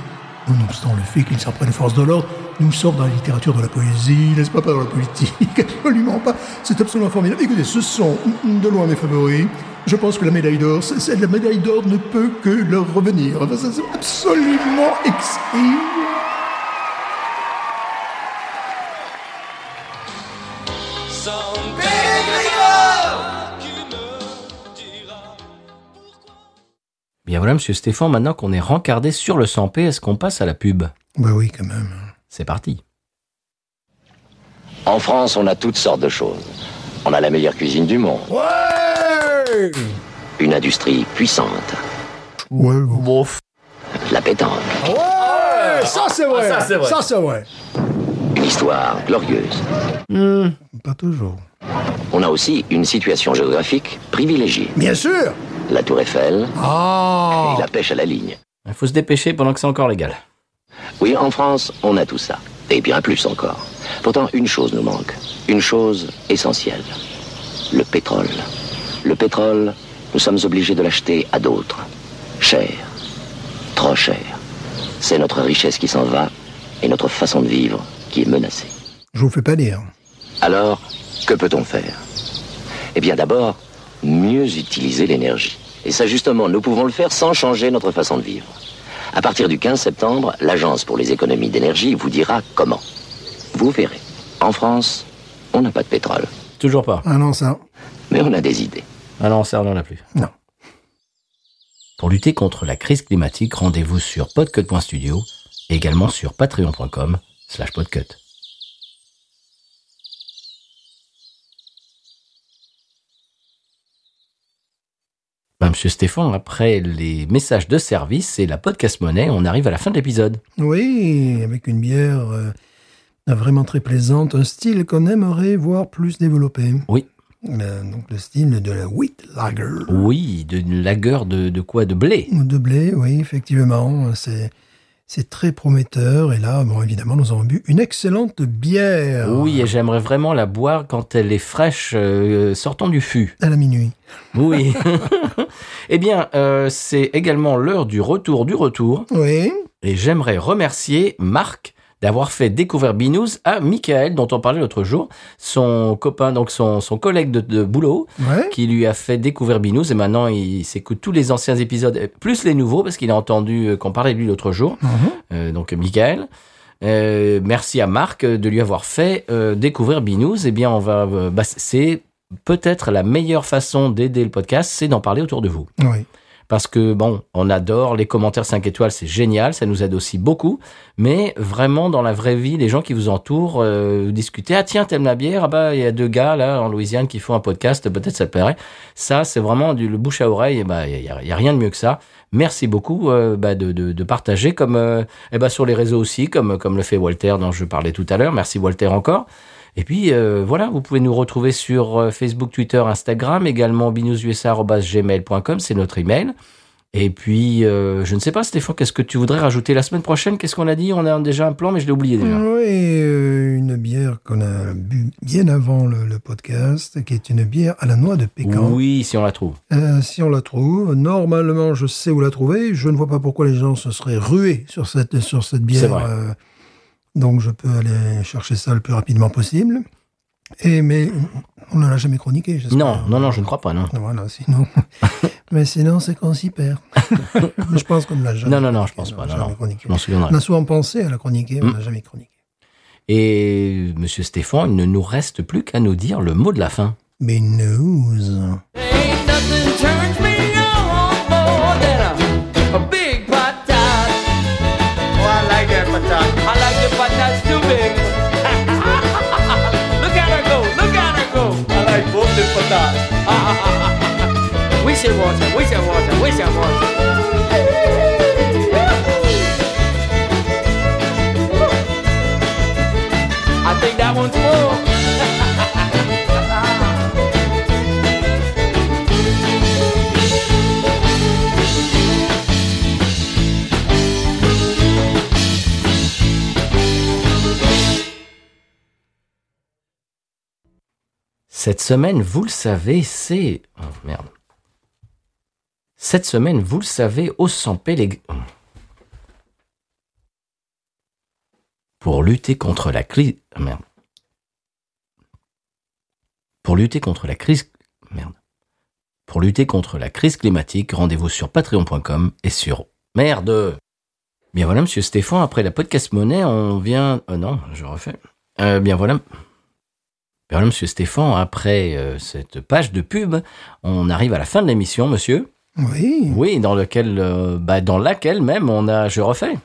[SPEAKER 2] Nonobstant le fait qu'il s'apprenne force de l'ordre, nous sort dans la littérature, dans la poésie, n'est-ce pas, pas dans la politique, absolument pas. C'est absolument formidable. Écoutez, ce sont de loin mes favoris. Je pense que la médaille d'or, c'est- c'est- la médaille d'or ne peut que leur revenir. Enfin, ça, c'est absolument exquis.
[SPEAKER 3] Sans Pégriga qui me dira pourquoi.
[SPEAKER 1] Bien voilà, monsieur Stéphane, maintenant qu'on est rencardé sur le 100p, est-ce qu'on passe à la pub
[SPEAKER 2] Bah oui, quand même.
[SPEAKER 1] C'est parti.
[SPEAKER 4] En France, on a toutes sortes de choses. On a la meilleure cuisine du monde,
[SPEAKER 2] Ouais
[SPEAKER 4] une industrie puissante,
[SPEAKER 2] Ouais, bon.
[SPEAKER 4] la pétanque,
[SPEAKER 2] Ouais Ça, c'est vrai
[SPEAKER 1] Ah, ça, c'est vrai.
[SPEAKER 2] Ça, c'est vrai
[SPEAKER 4] une histoire glorieuse.
[SPEAKER 2] Pas toujours.
[SPEAKER 4] On a aussi une situation géographique privilégiée.
[SPEAKER 2] Bien sûr
[SPEAKER 4] La tour Eiffel
[SPEAKER 2] Ah
[SPEAKER 4] et la pêche à la ligne.
[SPEAKER 1] Il faut se dépêcher pendant que c'est encore légal.
[SPEAKER 4] Oui, en France, on a tout ça. Et bien plus encore. Pourtant, une chose nous manque. Une chose essentielle. Le pétrole. Le pétrole, nous sommes obligés de l'acheter à d'autres. Cher. Trop cher. C'est notre richesse qui s'en va et notre façon de vivre qui est menacée.
[SPEAKER 2] Je vous fais pas dire.
[SPEAKER 4] Alors, que peut-on faire Eh bien d'abord, mieux utiliser l'énergie. Et ça justement, nous pouvons le faire sans changer notre façon de vivre. À partir du 15 septembre, l'Agence pour les économies d'énergie vous dira comment. Vous verrez. En France, on n'a pas de pétrole,
[SPEAKER 1] Toujours pas.
[SPEAKER 2] Ah non, ça...
[SPEAKER 4] mais on a des idées.
[SPEAKER 1] Ah non, ça, on n'en a plus.
[SPEAKER 2] Non.
[SPEAKER 1] Pour lutter contre la crise climatique, rendez-vous sur podcut.studio et également sur patreon.com slash podcut. Ben, Monsieur Stéphane, après les messages de service et la podcast monnaie, on arrive à la fin de l'épisode.
[SPEAKER 2] Oui, avec une bière euh, vraiment très plaisante, un style qu'on aimerait voir plus développé.
[SPEAKER 1] Oui.
[SPEAKER 2] Euh, donc le style de la wheat lager.
[SPEAKER 1] Oui, d'une lagueur de, de quoi De blé
[SPEAKER 2] De blé, oui, effectivement, c'est c'est très prometteur. Et là, bon, évidemment, nous avons bu une excellente bière.
[SPEAKER 1] Oui, et j'aimerais vraiment la boire quand elle est fraîche, euh, sortant du fût.
[SPEAKER 2] À la minuit.
[SPEAKER 1] Oui. eh bien, euh, c'est également l'heure du retour du retour.
[SPEAKER 2] Oui.
[SPEAKER 1] Et j'aimerais remercier Marc d'avoir fait découvrir Binous à Michael, dont on parlait l'autre jour, son copain, donc son, son collègue de, de boulot,
[SPEAKER 2] Ouais.
[SPEAKER 1] qui lui a fait découvrir Binous. Et maintenant, il s'écoute tous les anciens épisodes, plus les nouveaux, parce qu'il a entendu euh, qu'on parlait de lui l'autre jour.
[SPEAKER 2] Mhm.
[SPEAKER 1] Euh, donc Michael. Euh, merci à Marc euh, de lui avoir fait euh, découvrir Binous. Eh bien, on va. euh, bah, c'est peut-être la meilleure façon d'aider le podcast, c'est d'en parler autour de vous.
[SPEAKER 2] Oui.
[SPEAKER 1] Parce que, bon, on adore les commentaires 5 étoiles, c'est génial, ça nous aide aussi beaucoup. Mais vraiment, dans la vraie vie, les gens qui vous entourent, euh, vous discutez, ah tiens, t'aimes la bière, ah bah, il y a deux gars, là, en Louisiane, qui font un podcast, peut-être ça te plairait. Ça, c'est vraiment du le bouche à oreille, et bah, il n'y a, y a rien de mieux que ça. Merci beaucoup euh, bah, de, de, de partager, comme euh, eh bah, sur les réseaux aussi, comme, comme le fait Walter, dont je parlais tout à l'heure. Merci Walter encore. Et puis euh, voilà, vous pouvez nous retrouver sur euh, Facebook, Twitter, Instagram, également binoususa.gmail.com, c'est notre email. Et puis, euh, je ne sais pas, Stéphane, qu'est-ce que tu voudrais rajouter la semaine prochaine Qu'est-ce qu'on a dit On a déjà un plan, mais je l'ai oublié déjà.
[SPEAKER 2] Oui, euh, une bière qu'on a bu bien avant le, le podcast, qui est une bière à la noix de pécan.
[SPEAKER 1] Oui, si on la trouve.
[SPEAKER 2] Euh, si on la trouve, normalement, je sais où la trouver. Je ne vois pas pourquoi les gens se seraient rués sur cette, sur cette
[SPEAKER 1] C'est
[SPEAKER 2] bière.
[SPEAKER 1] vrai.
[SPEAKER 2] euh, donc, je peux aller chercher ça le plus rapidement possible. Et, mais on ne l'a jamais chroniqué, j'espère.
[SPEAKER 1] Non, non, non, je ne crois pas, hein. non.
[SPEAKER 2] Voilà, sinon. mais sinon, c'est qu'on s'y perd. Mais je pense qu'on ne l'a jamais.
[SPEAKER 1] Non, non, Ah, non, je pense
[SPEAKER 2] chroniqué,
[SPEAKER 1] pas,
[SPEAKER 2] on
[SPEAKER 1] non,
[SPEAKER 2] l'a jamais
[SPEAKER 1] non. Mm.
[SPEAKER 2] chroniqué.
[SPEAKER 1] Je m'en souviendrai.
[SPEAKER 2] On a souvent pensé à la chroniquer, on ne l'a jamais chroniqué.
[SPEAKER 1] Et Monsieur Stéphane, il ne nous reste plus qu'à nous dire le mot de la fin.
[SPEAKER 2] Mais news.
[SPEAKER 3] Ain't nothing turns me on more than a, a big patat. Oh, I like that patat. I like the patats too big. look at her go, look at her go. I like both the patats. we should watch her, we should watch her, we should watch her. I think that one's full.
[SPEAKER 1] Cette semaine, vous le savez, c'est... Oh, merde. Cette semaine, vous le savez, au 100p, les... pour lutter contre la crise. oh, Merde. Pour lutter contre la crise. Merde. Pour lutter contre la crise climatique, rendez-vous sur patreon.com et sur. Merde Bien voilà, monsieur Stéphane, après la podcast monnaie, on vient. Oh non, je refais. Euh, bien voilà. Bien voilà, monsieur Stéphane, après euh, cette page de pub, on arrive à la fin de l'émission, monsieur.
[SPEAKER 2] Oui.
[SPEAKER 1] Oui, dans lequel, euh, bah, dans laquelle même on a, je refais,